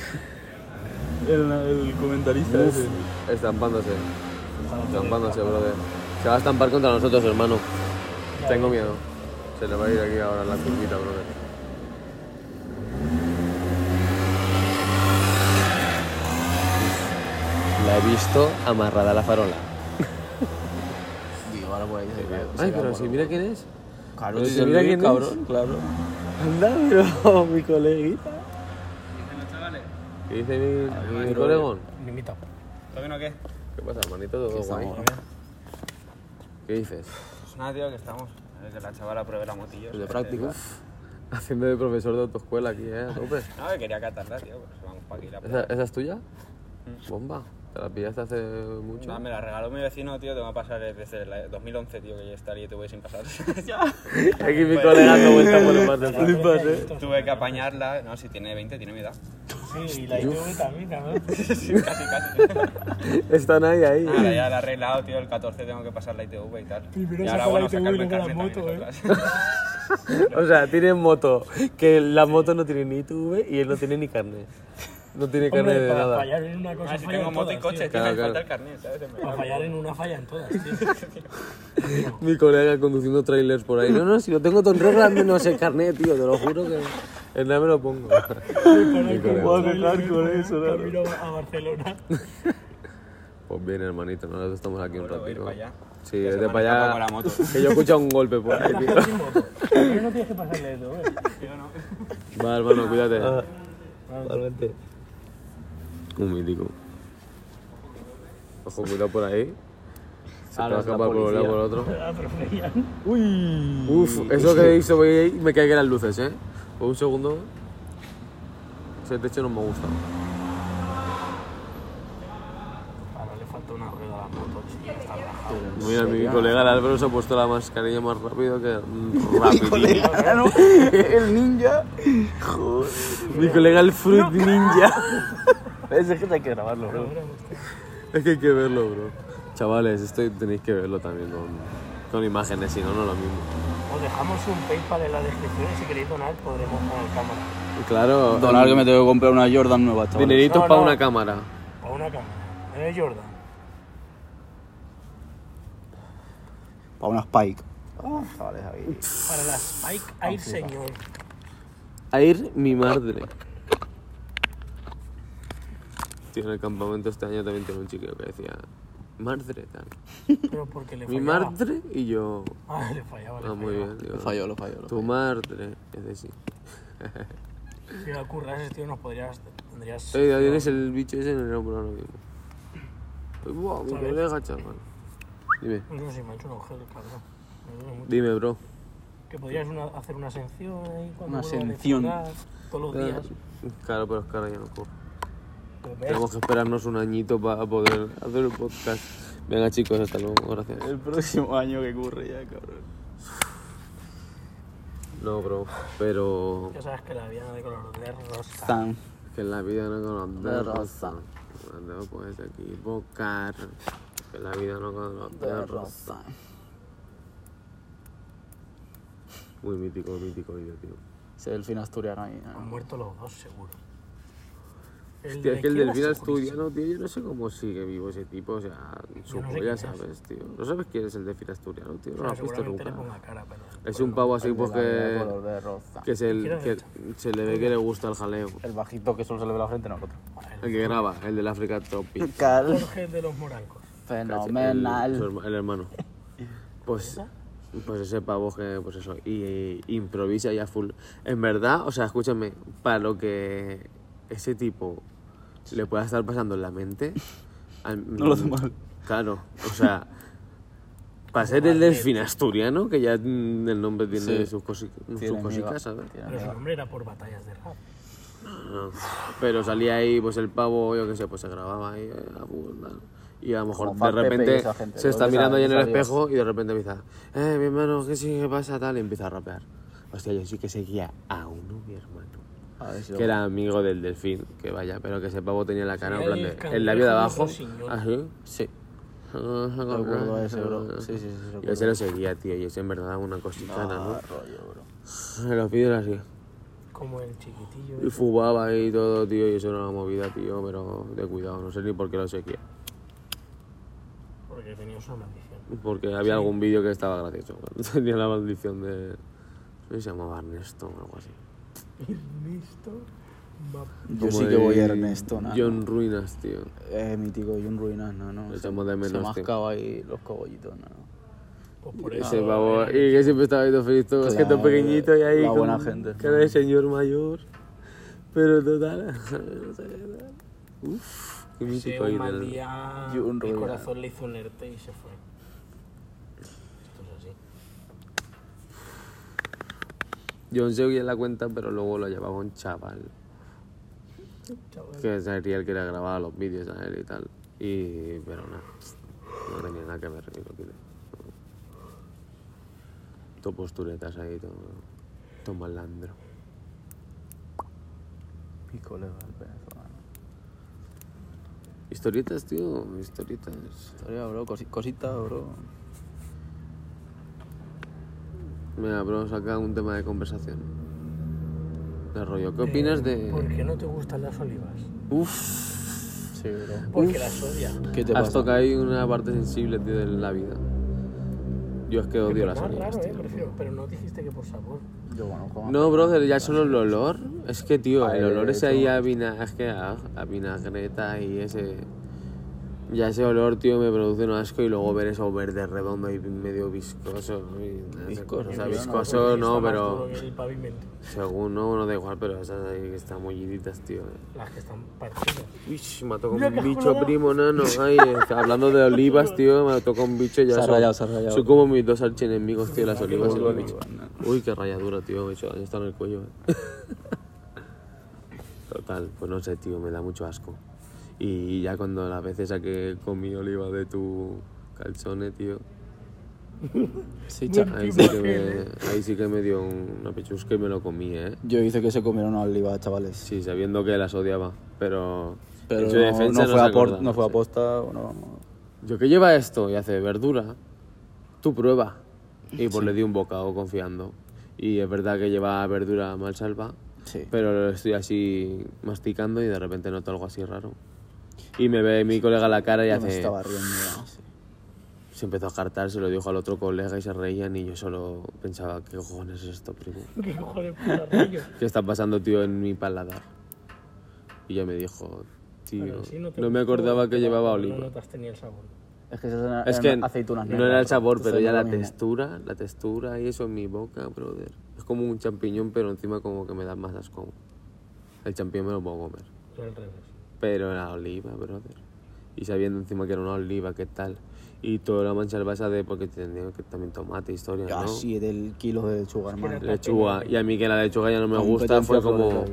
Speaker 1: El, el comentarista ese.
Speaker 2: Estampándose. Estampándose, brother. Se va a estampar contra nosotros, hermano. Tengo miedo. Se le va a ir aquí ahora la curvita, brother. La he visto amarrada a la farola.
Speaker 1: Digo, ahora por ahí se cae, se
Speaker 2: Ay,
Speaker 1: cae
Speaker 2: pero
Speaker 1: por
Speaker 2: si
Speaker 1: ahí.
Speaker 2: mira quién es.
Speaker 1: Claro,
Speaker 2: pero
Speaker 1: si
Speaker 2: si
Speaker 1: se
Speaker 2: mira
Speaker 1: mira
Speaker 2: quién es.
Speaker 1: cabrón, claro.
Speaker 2: Anda, pero mi coleguita. ¿Qué dice mi, mi colegón?
Speaker 3: Me invita.
Speaker 6: ¿Todo bien o qué?
Speaker 2: ¿Qué pasa, hermanito? Todo guay. ¿Qué dices?
Speaker 6: Pues nada, tío, que estamos. eh, que la chavala pruebe la motillo.
Speaker 2: El Pues de
Speaker 6: ¿sabes?
Speaker 2: práctico. Haciendo de profesor de autoescuela aquí, ¿eh? A tope.
Speaker 6: No, que quería catarla, tío. Pues vamos para aquí. La
Speaker 2: ¿Esa, esa es tuya?
Speaker 3: Mm.
Speaker 2: Bomba. ¿Te la pillaste hace mucho?
Speaker 6: Nada, me la regaló mi vecino, tío. Te va a pasar desde el 2011, tío, que ya estaría y tuve sin pasar. Ya.
Speaker 2: Aquí mi colega dando vuelta por el mar del mar.
Speaker 3: ¿eh?
Speaker 6: tuve que apañarla. No, si tiene 20, tiene mi edad.
Speaker 3: Sí, y la ITV también, ¿no?
Speaker 6: Sí, casi, casi.
Speaker 2: Están ahí, ahí.
Speaker 3: Ah,
Speaker 6: Nada, ya la he arreglado, tío. El 14 tengo que pasar la ITV y tal.
Speaker 3: Primero
Speaker 6: y ahora,
Speaker 3: saca la
Speaker 6: bueno,
Speaker 3: ITV y
Speaker 6: sacarme el
Speaker 3: luego la
Speaker 6: carnet
Speaker 3: moto,
Speaker 6: también,
Speaker 3: ¿eh?
Speaker 6: eso, claro.
Speaker 2: O sea, tienen moto. Que la moto no tiene ni tuve y él no tiene ni carnet. No tiene carnet
Speaker 3: Hombre,
Speaker 2: de
Speaker 3: para
Speaker 2: nada.
Speaker 3: fallar en una cosa.
Speaker 6: Ah, si
Speaker 3: fallan
Speaker 6: tengo moto y
Speaker 3: todas,
Speaker 6: coche,
Speaker 3: tío.
Speaker 6: tío.
Speaker 2: Claro,
Speaker 6: Me
Speaker 2: claro.
Speaker 6: falta el carnet, ¿sabes? En
Speaker 3: Para
Speaker 6: verdad.
Speaker 3: fallar en una fallan todas, tío.
Speaker 2: Mi colega conduciendo trailers por ahí. No, no, si lo tengo todo en regla, no sé carnet, tío. Te lo juro que en nada me lo pongo. Mi colega.
Speaker 3: dejar con eso, Camino a Barcelona.
Speaker 2: Pues bien, hermanito, nosotros estamos aquí un
Speaker 6: Bueno, voy a ir
Speaker 2: ratito.
Speaker 6: para allá.
Speaker 2: Sí,
Speaker 6: Que se
Speaker 2: vete
Speaker 6: me
Speaker 2: para
Speaker 6: escapa
Speaker 2: allá.
Speaker 6: con la moto.
Speaker 2: Que yo he escuchado un golpe por ahí, tío.
Speaker 3: Pero no tienes que pasarle eso, ¿eh?
Speaker 2: Va, hermano, cuídate. Un mítico. Ojo, cuidado por ahí.
Speaker 6: Ah,
Speaker 2: Se te va a escapar por un lado por otro.
Speaker 3: Ah, pero Freya.
Speaker 2: Uf, eso que hizo voy ahí, me caen las luces, ¿eh? Por un segundo. Ese techo no me gusta.
Speaker 3: Ahora le falta una rueda a la moto, tío. Está relajado.
Speaker 2: Mira, mi colega el Álvaro se ha puesto la mascarilla más rápido que... mm, Rápido.
Speaker 1: El ninja.
Speaker 2: mi colega el Fruit Ninja.
Speaker 1: Ese que hay que grabarlo, bro.
Speaker 2: es que hay que verlo, bro. Chavales, esto tenéis que verlo también con, con imágenes, si no, no es lo mismo.
Speaker 3: Os dejamos un PayPal en la descripción y si queréis donar podremos poner cámara.
Speaker 2: Y Claro,
Speaker 1: Donar que me tengo que comprar una Jordan nueva, chaval.
Speaker 2: dineritos
Speaker 3: No,
Speaker 2: para
Speaker 3: no.
Speaker 2: una cámara.
Speaker 3: A una cámara. ¿No es Jordan?
Speaker 1: Para una Spike. Ah, chavales, ahí.
Speaker 3: Para la Spike
Speaker 2: Ah,
Speaker 3: Air, señor.
Speaker 2: A ir mi madre. Tío, en el campamento este año también tengo un chico que decía, Madre, tal.
Speaker 3: Pero porque le
Speaker 2: Mi
Speaker 3: fallaba.
Speaker 2: madre y yo.
Speaker 3: Ah, le fallaba, le
Speaker 2: Ah, muy
Speaker 3: fallaba.
Speaker 2: bien. digo,
Speaker 1: Lo falló, lo falló. lo
Speaker 2: Tu
Speaker 1: falló.
Speaker 2: madre. Es decir.
Speaker 3: Si la currases, tío, nos podrías... Tendrías...
Speaker 2: Ey, ya tienes el bicho ese en el hombro ahora mismo. Pues, Buah, mi
Speaker 3: ¿Sabes?
Speaker 2: colega, chaval. Dime,
Speaker 3: No sé si me ha hecho un agujero, cabrón. Me duele mucho.
Speaker 2: dime, bro.
Speaker 3: Que podrías una- hacer una ascensión ahí cuando
Speaker 1: Una
Speaker 3: vuelva de
Speaker 1: ascensión.
Speaker 3: cenar, Todos los días.
Speaker 2: Claro, pero es que ahora ya no corro.
Speaker 3: Pero ves,
Speaker 2: Tenemos que esperarnos un añito para poder hacer un podcast. Venga, chicos, hasta luego. Gracias.
Speaker 1: El próximo año que ocurre ya, cabrón.
Speaker 2: No, bro, pero
Speaker 3: Ya sabes que la vida de color de rosa.
Speaker 1: Tan.
Speaker 2: que en la vida no
Speaker 1: De
Speaker 2: conoce
Speaker 1: rosa.
Speaker 2: rosa. No te puedes equivocar. Que en la vida no conoce
Speaker 1: De
Speaker 2: rosa.
Speaker 1: rosa.
Speaker 2: Muy mítico, mítico vídeo, tío.
Speaker 1: Ese delfín asturiano ahí. ¿no?
Speaker 3: Han muerto los dos, seguro. El
Speaker 2: Hostia, es que el
Speaker 3: izquierda,
Speaker 2: delfín
Speaker 3: segurísimo.
Speaker 2: asturiano, tío, yo no sé cómo sigue vivo ese tipo, o sea, su
Speaker 3: Yo no sé
Speaker 2: polla,
Speaker 3: quién es.
Speaker 2: ¿sabes, tío? No sabes quién es el delfín asturiano, tío, no lo
Speaker 3: Pero
Speaker 2: has visto
Speaker 3: seguramente le
Speaker 2: nunca.
Speaker 3: ponga cara, pero...
Speaker 2: Es
Speaker 3: pero
Speaker 2: un
Speaker 3: no.
Speaker 2: pavo así
Speaker 1: El de la vida de
Speaker 2: porque
Speaker 1: color de rosa.
Speaker 2: que se,
Speaker 3: Izquierda,
Speaker 2: que se le ve que le gusta el jaleo.
Speaker 1: El bajito que solo se le ve la frente, no el otro.
Speaker 2: El que graba, el del África Tropic.
Speaker 1: Cal.
Speaker 3: Jorge de los Morancos.
Speaker 1: Fenomenal.
Speaker 2: El, su herma- el hermano. Pues, pues ese pavo que, pues eso, y, y improvisa ya full. En verdad, o sea, escúchame, para lo que ese tipo le pueda estar pasando en la mente. al-
Speaker 1: No lo hace mal.
Speaker 2: Claro, o sea, para ser el delfín asturiano, que ya mm, el nombre tiene
Speaker 1: Sí.
Speaker 2: sus, cosi-
Speaker 1: Tiene
Speaker 2: sus
Speaker 1: mi va-
Speaker 2: cositas, ¿sabes?
Speaker 1: tiene
Speaker 3: Pero
Speaker 1: mi
Speaker 3: su
Speaker 1: va-
Speaker 3: nombre era por batallas de rap.
Speaker 2: No, Pero salía ahí, pues el pavo, yo qué sé, pues se grababa ahí eh, a full, tal. Y a lo mejor
Speaker 1: Como
Speaker 2: de
Speaker 1: Fat Pepe y
Speaker 2: repente
Speaker 1: esa gente,
Speaker 2: se
Speaker 1: ¿no?
Speaker 2: está
Speaker 1: Que
Speaker 2: mirando ahí en
Speaker 1: sabe-
Speaker 2: el
Speaker 1: sabe-
Speaker 2: espejo y de repente empieza, eh, mi hermano, ¿qué sí que pasa? Tal, y empieza a rapear. Hostia, yo sí que seguía a uno, mi hermano.
Speaker 1: A ver si lo-
Speaker 2: Que era amigo del delfín, que vaya, pero que ese pavo tenía la cara en
Speaker 3: Era
Speaker 2: plan
Speaker 3: el
Speaker 2: de, el labio de
Speaker 3: cangrejo
Speaker 2: abajo,
Speaker 3: señor.
Speaker 2: así, sí.
Speaker 1: Recuerdo ese, bro. Sí, sí, sí,
Speaker 2: Y
Speaker 1: recuerdo.
Speaker 2: ese lo seguía, tío, y ese en verdad una cosita,
Speaker 1: Ah,
Speaker 2: ¿no?
Speaker 1: rollo, bro.
Speaker 2: Se lo piden así.
Speaker 3: Como el chiquitillo.
Speaker 2: Y fumaba y todo, tío, y eso era una movida, tío, pero de cuidado, no sé ni por qué lo seguía.
Speaker 3: Porque tenía una maldición.
Speaker 2: Porque había algún vídeo que estaba gracioso. Tenía la maldición de. No sé si se llamaba Ernesto o algo así.
Speaker 3: Ernesto Map-
Speaker 1: Yo
Speaker 2: Como
Speaker 1: sí que voy a
Speaker 2: el
Speaker 1: Ernesto, nano.
Speaker 2: John Ruinas, tío.
Speaker 1: Eh, mítico, John Ruinas, no, no.
Speaker 2: Le
Speaker 1: Se-
Speaker 2: echamos de
Speaker 1: Se
Speaker 2: menos,
Speaker 1: mascaba ahí los cogollitos, no.
Speaker 3: Pues por eso.
Speaker 2: Ese pavo. Y que siempre estaba ahí todo feliz, todo es que todo pequeñito y ahí.
Speaker 1: la
Speaker 2: con
Speaker 1: buena gente.
Speaker 2: Cara de señor mayor. Pero total. no sé qué tal. Uf, qué
Speaker 3: Sí,
Speaker 2: mítico ahí
Speaker 3: un mal
Speaker 2: del-
Speaker 3: día
Speaker 1: Yo un
Speaker 3: el
Speaker 1: ruido.
Speaker 3: corazón le hizo un ERTE y se fue. Esto es así.
Speaker 2: John seguía la cuenta, pero luego lo llevaba un chaval.
Speaker 3: Chaval.
Speaker 2: Que sería el que le grababa los vídeos a él y tal. Y. Pero nada. No tenía nada que ver y lo quité. Todo posturetas ahí, todo. Todo malandro.
Speaker 1: Mi colega, el venezolano.
Speaker 2: Historietas, tío. Historietas.
Speaker 1: Historia, bro. cosi- cosita, bro.
Speaker 2: Mira, bro, saca un tema de conversación. De rollo. ¿Qué opinas
Speaker 3: Eh, ¿Por
Speaker 2: de.?
Speaker 3: qué no te gustan las olivas?
Speaker 2: Uf.
Speaker 1: Sí, bro.
Speaker 3: Porque las odia.
Speaker 1: ¿Qué te
Speaker 2: Has
Speaker 1: pasa?
Speaker 2: tocado ahí una parte sensible, tío, de la vida. Yo es que odio las
Speaker 3: Más
Speaker 2: olivas,
Speaker 3: raro, eh,
Speaker 2: tío.
Speaker 3: prefiero. Pero no dijiste que por sabor.
Speaker 1: Yo conozco.
Speaker 2: No, brother, ya solo el olor. Es que, tío,
Speaker 1: Ay,
Speaker 2: el olor ese
Speaker 1: eso.
Speaker 2: ahí a, vina- es que a, a vinagreta y ese. Ya ese olor, tío, me produce un asco y luego ver eso verde redondo y medio viscoso. y-
Speaker 1: Viscoso,
Speaker 2: O sea,
Speaker 1: yo no,
Speaker 2: viscoso no,
Speaker 3: Está más
Speaker 2: pero.
Speaker 3: duro que El pavimento.
Speaker 2: Según no, no da igual, pero esas ahí que están molliditas, tío.
Speaker 3: Las que están partidas.
Speaker 2: Uy, mató con
Speaker 3: Mira que
Speaker 2: un bicho,
Speaker 3: joder.
Speaker 2: primo, nano. Ay, eh, hablando de olivas, tío, me mató con un bicho ya.
Speaker 1: Se ha
Speaker 2: son-
Speaker 1: rayado, se ha rayado.
Speaker 2: Son como mis dos archienemigos, tío, las olivas y los bichos. Uy, qué rayadura, tío, me he hecho daño hasta en el cuello. eh. Total, pues no sé, tío, me da mucho asco. Y ya cuando las veces a que comí oliva de tu calzone, tío,
Speaker 1: Sí, cha-
Speaker 2: ahí sí que
Speaker 3: ¿eh?
Speaker 2: me, ahí sí que me dio una pechusca y me lo comí, ¿eh?
Speaker 1: Yo hice que se comieron una oliva, chavales.
Speaker 2: Sí, sabiendo que las odiaba, pero...
Speaker 1: Pero
Speaker 2: en su
Speaker 1: no,
Speaker 2: defensa
Speaker 1: no fue
Speaker 2: se
Speaker 1: a por-
Speaker 2: acorda,
Speaker 1: no fue
Speaker 2: sé.
Speaker 1: aposta o no.
Speaker 2: Yo que lleva esto y hace verdura, tú prueba. Y pues le di un bocado confiando. Y es verdad que lleva verdura mal salva,
Speaker 1: Sí.
Speaker 2: pero lo estoy así masticando y de repente noto algo así raro. Y me ve mi colega la cara y
Speaker 1: Yo me
Speaker 2: hace...
Speaker 1: estaba riendo. ya, sí.
Speaker 2: Se empezó a jartar, se lo dijo al otro colega y se reían y yo solo pensaba, ¿qué cojones es esto, primo?
Speaker 3: ¿Qué cojones puta rollo?
Speaker 2: ¿Qué está pasando, tío, en mi paladar? Y ya me dijo, tío,
Speaker 3: Bueno, si
Speaker 2: no,
Speaker 3: te
Speaker 2: me
Speaker 3: gustó,
Speaker 2: acordaba que
Speaker 3: te va-
Speaker 2: llevaba
Speaker 3: No
Speaker 2: oliva.
Speaker 3: notas tenía el sabor.
Speaker 1: Es que esas eran,
Speaker 2: Es que
Speaker 1: eran aceitunas
Speaker 2: no
Speaker 1: negras, pues,
Speaker 2: era el sabor,
Speaker 1: tú
Speaker 2: pero
Speaker 1: sabes,
Speaker 2: ya
Speaker 1: no
Speaker 2: la
Speaker 1: es lo mismo.
Speaker 2: textura, la textura y eso en mi boca, brother. Es como un champiñón, pero encima como que me da más asco. El champiñón me lo puedo comer. Pero la oliva, brother. Y sabiendo encima que era una oliva, ¿qué tal? Y toda la mancha albasa de porque tenía que también tomate, historia,
Speaker 1: Ah,
Speaker 2: ¿no?
Speaker 1: sí, del kilo de lechuga, hermano.
Speaker 2: Lechuga. Y a mí que la lechuga ya no me gusta, fue como...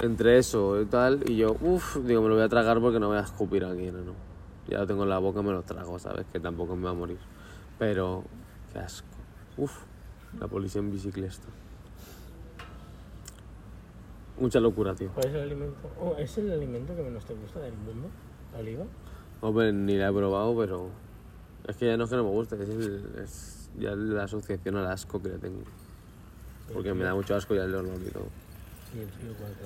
Speaker 2: Entre eso y tal, y yo, uff, digo, me lo voy a tragar porque no voy a escupir aquí, no, no. Ya lo tengo en la boca, me lo trago, ¿sabes? Que tampoco me va a morir. Pero, qué asco. Uff, la policía en bicicleta. Mucha locura, tío.
Speaker 3: ¿Cuál es el alimento? Oh, ¿Es el alimento que menos te gusta del mundo? ¿La oliva?
Speaker 2: Hombre, ni la he probado, pero. Es que ya no es que no me guste, es, el- es ya la asociación al asco que le tengo. Porque me da mucho asco ya el olor y todo.
Speaker 3: Y el frío cuál es,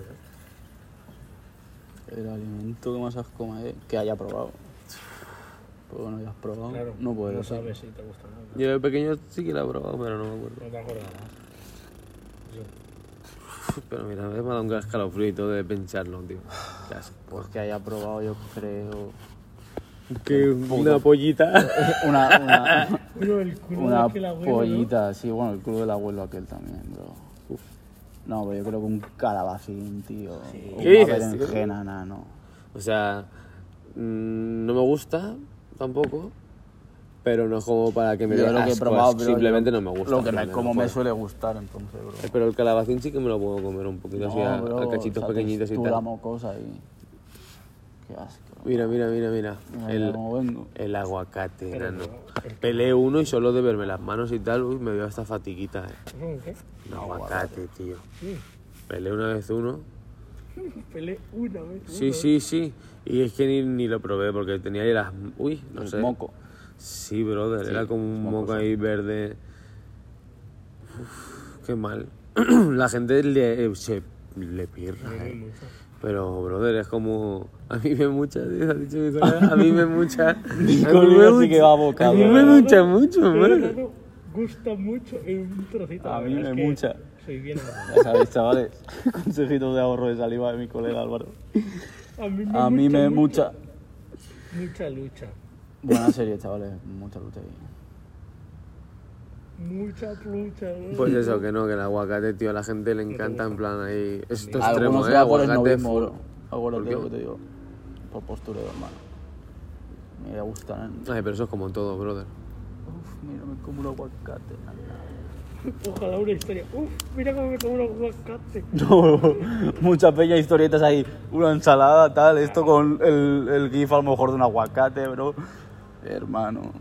Speaker 3: ¿no?
Speaker 1: El alimento que más asco me dé, que haya probado. Porque no hayas probado,
Speaker 3: Claro,
Speaker 1: no puedes.
Speaker 3: No
Speaker 1: decir.
Speaker 3: sabes si te gusta o no.
Speaker 2: Yo de pequeño sí que la he probado, pero no me acuerdo.
Speaker 3: No te acuerdas. Sí.
Speaker 2: Pero mira, me ha dado un escalofrío y todo de pensarlo, tío. Qué asco.
Speaker 1: Pues que haya probado, yo creo.
Speaker 2: Que una pollita.
Speaker 1: Una, una,
Speaker 3: Pero el culo
Speaker 1: una
Speaker 3: de que la
Speaker 1: pollita, sí, bueno, el club del abuelo aquel también, bro. No, pero yo creo que un calabacín, tío. O
Speaker 2: ¿Qué
Speaker 1: una
Speaker 2: dices, tío?
Speaker 1: berenjena, na, no.
Speaker 2: O sea, mm, no me gusta tampoco, pero no es como para que me
Speaker 1: Yo
Speaker 2: dé
Speaker 1: lo que he
Speaker 2: asco,
Speaker 1: probado,
Speaker 2: es
Speaker 1: pero
Speaker 2: simplemente
Speaker 1: yo-
Speaker 2: no me gusta.
Speaker 1: Lo que
Speaker 2: en
Speaker 1: me,
Speaker 2: plan, no
Speaker 1: como me
Speaker 2: puedo.
Speaker 1: suele gustar, entonces, bro.
Speaker 2: Pero el calabacín sí que me lo puedo comer un poquito, así a, a cachitos pequeñitos y
Speaker 1: la
Speaker 2: tal.
Speaker 1: mocosa y... Qué asco.
Speaker 2: Mira, mira, mira, mira.
Speaker 1: Mira, mira
Speaker 2: El,
Speaker 1: cómo vengo.
Speaker 2: el aguacate, enano. Peleé uno y solo de verme las manos y tal, uy, me veo hasta fatiguita, eh.
Speaker 3: huevo, ¿no? ¿Qué?
Speaker 2: Un aguacate, tío. Peleé una vez uno.
Speaker 3: Pelé una vez.
Speaker 2: Sí, sí, sí. Y es que ni, ni lo probé porque tenía ahí las. Uy, no sé.
Speaker 1: moco.
Speaker 2: Sí, brother. era como un moco ahí verde. Uf, qué mal. La gente le, eh, se le pirra, eh. Pero, brother, es como. A mí me mucha, tío, has dicho mi colega. A mí me mucha. A mí me
Speaker 1: sí que
Speaker 2: mucha-
Speaker 1: va a boca,
Speaker 2: a mí me
Speaker 1: ¿verdad?
Speaker 2: mucha mucho,
Speaker 3: Pero
Speaker 2: man.
Speaker 3: enano gusta mucho en un trocito.
Speaker 1: A
Speaker 3: la
Speaker 1: mí
Speaker 3: verdad
Speaker 1: me
Speaker 3: es que
Speaker 1: mucha.
Speaker 3: Soy bien enano.
Speaker 1: Ya sabéis, chavales, consejitos de ahorro de saliva de mi colega Álvaro.
Speaker 3: A mí me,
Speaker 1: A mí me mucha...
Speaker 3: mucha. Mucha lucha.
Speaker 1: Buena serie, chavales, mucha lucha ahí.
Speaker 3: Mucha lucha. ¿no?
Speaker 2: Pues eso, que no, que el aguacate, tío, a la gente le encanta en plan ahí. Esto es extremo,
Speaker 1: Algunos
Speaker 2: eh.
Speaker 1: se va por el
Speaker 2: Aguacate.
Speaker 1: novismo,
Speaker 2: full.
Speaker 1: bro. Acuérdate
Speaker 2: ¿Por qué?
Speaker 1: lo que te digo. Por postureo, hermano. Me gustan.
Speaker 2: Ay, pero eso es como en todo, brother.
Speaker 1: Uf, mira, me como un aguacate. nana.
Speaker 3: Ojalá una historia. Uf, mira cómo me como un aguacate.
Speaker 1: No, muchas bellas historietas ahí. Una ensalada, tal. Esto con el, el gif a lo mejor de un aguacate, bro. Hermano.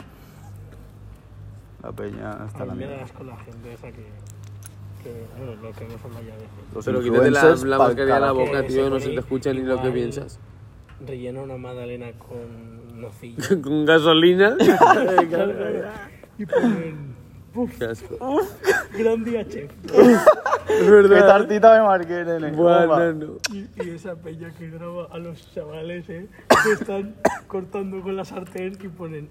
Speaker 1: La peña está
Speaker 3: A
Speaker 1: en la
Speaker 3: mí me
Speaker 1: mierda.
Speaker 3: da asco la gente esa que. que bueno, lo que me son ya veces.
Speaker 1: Los
Speaker 2: Pero quítate la,
Speaker 1: influencers
Speaker 2: la
Speaker 1: pa'l
Speaker 2: mascarilla de la
Speaker 1: carajo.
Speaker 2: boca,
Speaker 3: Que
Speaker 2: tío,
Speaker 3: se
Speaker 2: no se te
Speaker 3: pone
Speaker 2: escucha ni lo que
Speaker 3: igual.
Speaker 2: piensas.
Speaker 3: Rellena una magdalena con nocilla.
Speaker 2: Con gasolina.
Speaker 3: y ponen. Uf,
Speaker 2: Qué asco.
Speaker 3: gran día, chef.
Speaker 2: Es
Speaker 1: Qué
Speaker 2: verdad.
Speaker 1: tartita me marqué, nene.
Speaker 2: Bueno,
Speaker 1: Toma.
Speaker 2: no.
Speaker 3: Y, y esa peña que graba a los chavales, ¿eh? Que están cortando con la sartén y ponen.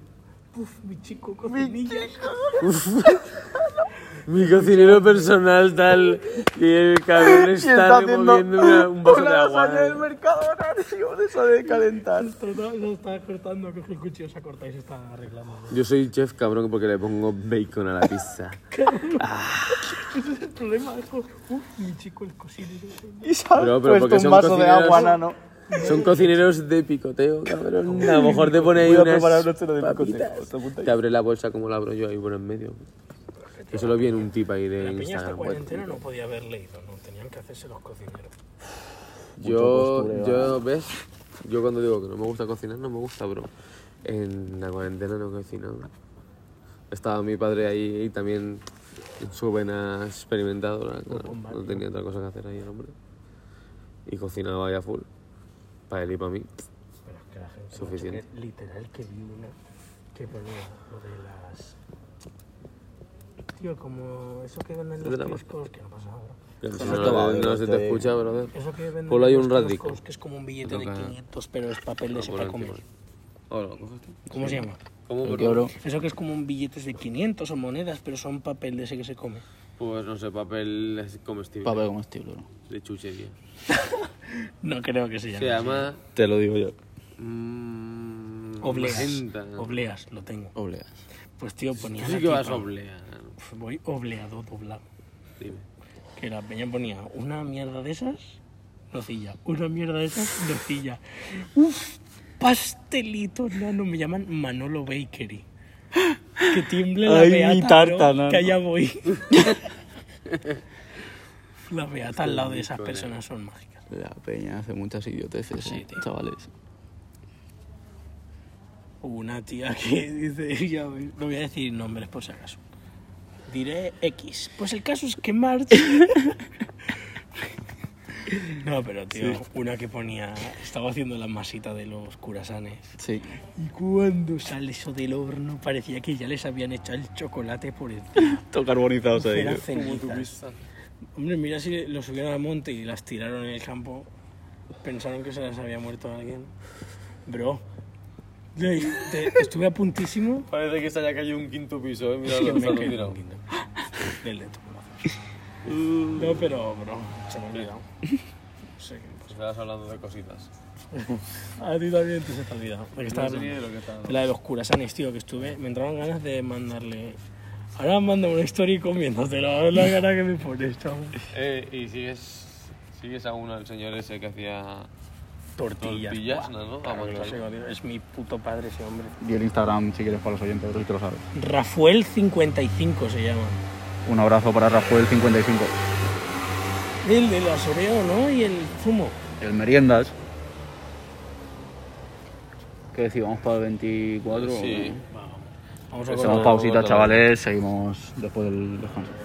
Speaker 3: Uf, mi chico, cocinilla.
Speaker 2: Mi cocinero personal tal y el cabrón
Speaker 1: Y está
Speaker 2: está
Speaker 1: haciendo
Speaker 2: removiendo una- un vaso de
Speaker 1: una lasaña del
Speaker 2: agua.
Speaker 1: mercadona, tío, de eso de calentar.
Speaker 3: Total, lo está cortando, coge el cuchillo, se corta y se está arreglando. ¿no?
Speaker 2: Yo soy chef cabrón porque le pongo bacon a la pizza.
Speaker 3: Ese es el problema, es como, Uf, mi chico, el cocinero.
Speaker 1: Y se ha
Speaker 2: Pero- pero porque
Speaker 1: puesto
Speaker 2: son
Speaker 1: un vaso de
Speaker 2: cocineros.
Speaker 1: agua, nano.
Speaker 2: Son cocineros de picoteo, cabrón. A lo mejor te pone ahí
Speaker 1: Voy a
Speaker 2: unas
Speaker 1: preparar nuestro de
Speaker 2: papitas.
Speaker 1: picoteo. Te apunta ahí.
Speaker 2: Te abre la bolsa como la abro yo ahí por en medio. Eso lo vi en un tip ahí de
Speaker 3: La peña esta
Speaker 2: Instagram. pues.
Speaker 3: cuarentena no podía haber leído, no, tenían que hacerse los cocineros.
Speaker 2: Yo, yo, ¿ves? Yo cuando digo que no me gusta cocinar, no me gusta, bro. En la cuarentena no cocinaba. Estaba mi padre ahí y también su vena experimentadora. claro, no tenía otra cosa que hacer ahí el hombre. Y cocinaba ahí a full. Para él y para mí.
Speaker 3: Pero es que la gente.
Speaker 2: Suficiente.
Speaker 3: macho, que Literal que vi una que ponía lo de las. Tío, como eso que venden
Speaker 2: de la
Speaker 3: los
Speaker 2: marca.
Speaker 3: kioscos, que no pasa nada.
Speaker 2: No,
Speaker 1: no te va a ver,
Speaker 2: se
Speaker 1: te-
Speaker 2: te escucha, brother.
Speaker 3: Eso que venden
Speaker 2: Ponlo ahí
Speaker 3: los
Speaker 2: un radico.
Speaker 3: kioscos, que es como un billete de
Speaker 2: Toca-
Speaker 3: 500, pero es papel de
Speaker 2: Lo
Speaker 3: ese
Speaker 2: pone
Speaker 3: para
Speaker 2: encima.
Speaker 3: comer.
Speaker 2: Ahora, ¿lo coges tú?
Speaker 3: ¿Cómo se llama?
Speaker 2: ¿Cómo,
Speaker 1: El
Speaker 2: bro?
Speaker 1: que oro.
Speaker 3: Eso que es como un billete de 500 o monedas, pero son papel de ese que se come.
Speaker 2: Pues no sé, papel es comestible.
Speaker 1: Papel comestible, este, bro.
Speaker 2: De chuchería.
Speaker 3: No creo que se llame.
Speaker 2: Se llama...
Speaker 7: Te lo digo yo.
Speaker 2: Mm,
Speaker 3: Obleas.
Speaker 8: magenta.
Speaker 3: Obleas, lo tengo.
Speaker 8: Obleas.
Speaker 3: Pues tío, ponía
Speaker 8: Sí
Speaker 3: la
Speaker 8: que vas
Speaker 3: tipa-
Speaker 8: a obleas.
Speaker 3: Uf, Voy obleado, doblado.
Speaker 8: Dime.
Speaker 3: Que la peña ponía una mierda de esas, nocilla. Una mierda de esas, nocilla. Uf, pastelito, nano. Me llaman Manolo Bakery. Que tiemble la
Speaker 9: Ay, mi
Speaker 3: beata,
Speaker 9: tarta,
Speaker 3: bro,
Speaker 9: nano.
Speaker 3: que allá voy. la beata al lado de esas personas son mágicas.
Speaker 1: La peña hace muchas idioteces,
Speaker 3: Sí,
Speaker 1: eh,
Speaker 3: tío.
Speaker 1: chavales.
Speaker 3: Hubo una tía que dice, ya, ves, no voy a decir nombres por si acaso. Diré X. Pues el caso es que March. no, pero tío, una que ponía. Estaba haciendo la masita de los curasanes.
Speaker 1: Sí.
Speaker 3: Y cuando sale eso del horno, parecía que ya les habían echado el chocolate por encima.
Speaker 9: Todo carbonizado ahí.
Speaker 3: Eran cenizas. Hombre, mira si lo subieron al monte y las tiraron en el campo. Pensaron que se las había muerto alguien. Bro, le- te- estuve a puntísimo
Speaker 8: Parece que se haya caído un quinto piso, eh. Mira
Speaker 3: Sí,
Speaker 8: lo
Speaker 3: me
Speaker 8: que
Speaker 3: he
Speaker 8: me
Speaker 3: caído
Speaker 8: tirado.
Speaker 3: un quinto. Del de tu brazo. No, pero, bro, se me ha olvidado. No sé qué pasa.
Speaker 8: Estabas hablando de cositas.
Speaker 3: A ti también te se te ha olvidado. La, que estaba
Speaker 8: No sé ni de
Speaker 3: hablando.
Speaker 8: lo que estaba hablando.
Speaker 3: la de los curasanes, tío, que estuve. Me entraron ganas de mandarle. Ahora manda una historia comiéndotela. La cara que me pones, chaval.
Speaker 8: Eh, y sigues. Sigues a uno del señor ese que hacía
Speaker 3: Tortillas.
Speaker 8: tortillas,
Speaker 3: Buah,
Speaker 8: ¿no?
Speaker 3: claro
Speaker 8: Vamos,
Speaker 3: que lo
Speaker 8: claro.
Speaker 3: sigo, tío. Es mi puto padre ese hombre.
Speaker 1: Y el Instagram, si quieres, para los oyentes, tú te lo sabes.
Speaker 3: Rafael55 se llama.
Speaker 1: Un abrazo para Rafael55.
Speaker 3: El de los Oreo, ¿no? Y el zumo.
Speaker 1: El Meriendas. ¿Qué decís? ¿Vamos para el 24?
Speaker 8: Sí.
Speaker 3: Vamos a
Speaker 1: Hacemos
Speaker 3: cortar.
Speaker 1: pausita, chavales. Seguimos después del descanso.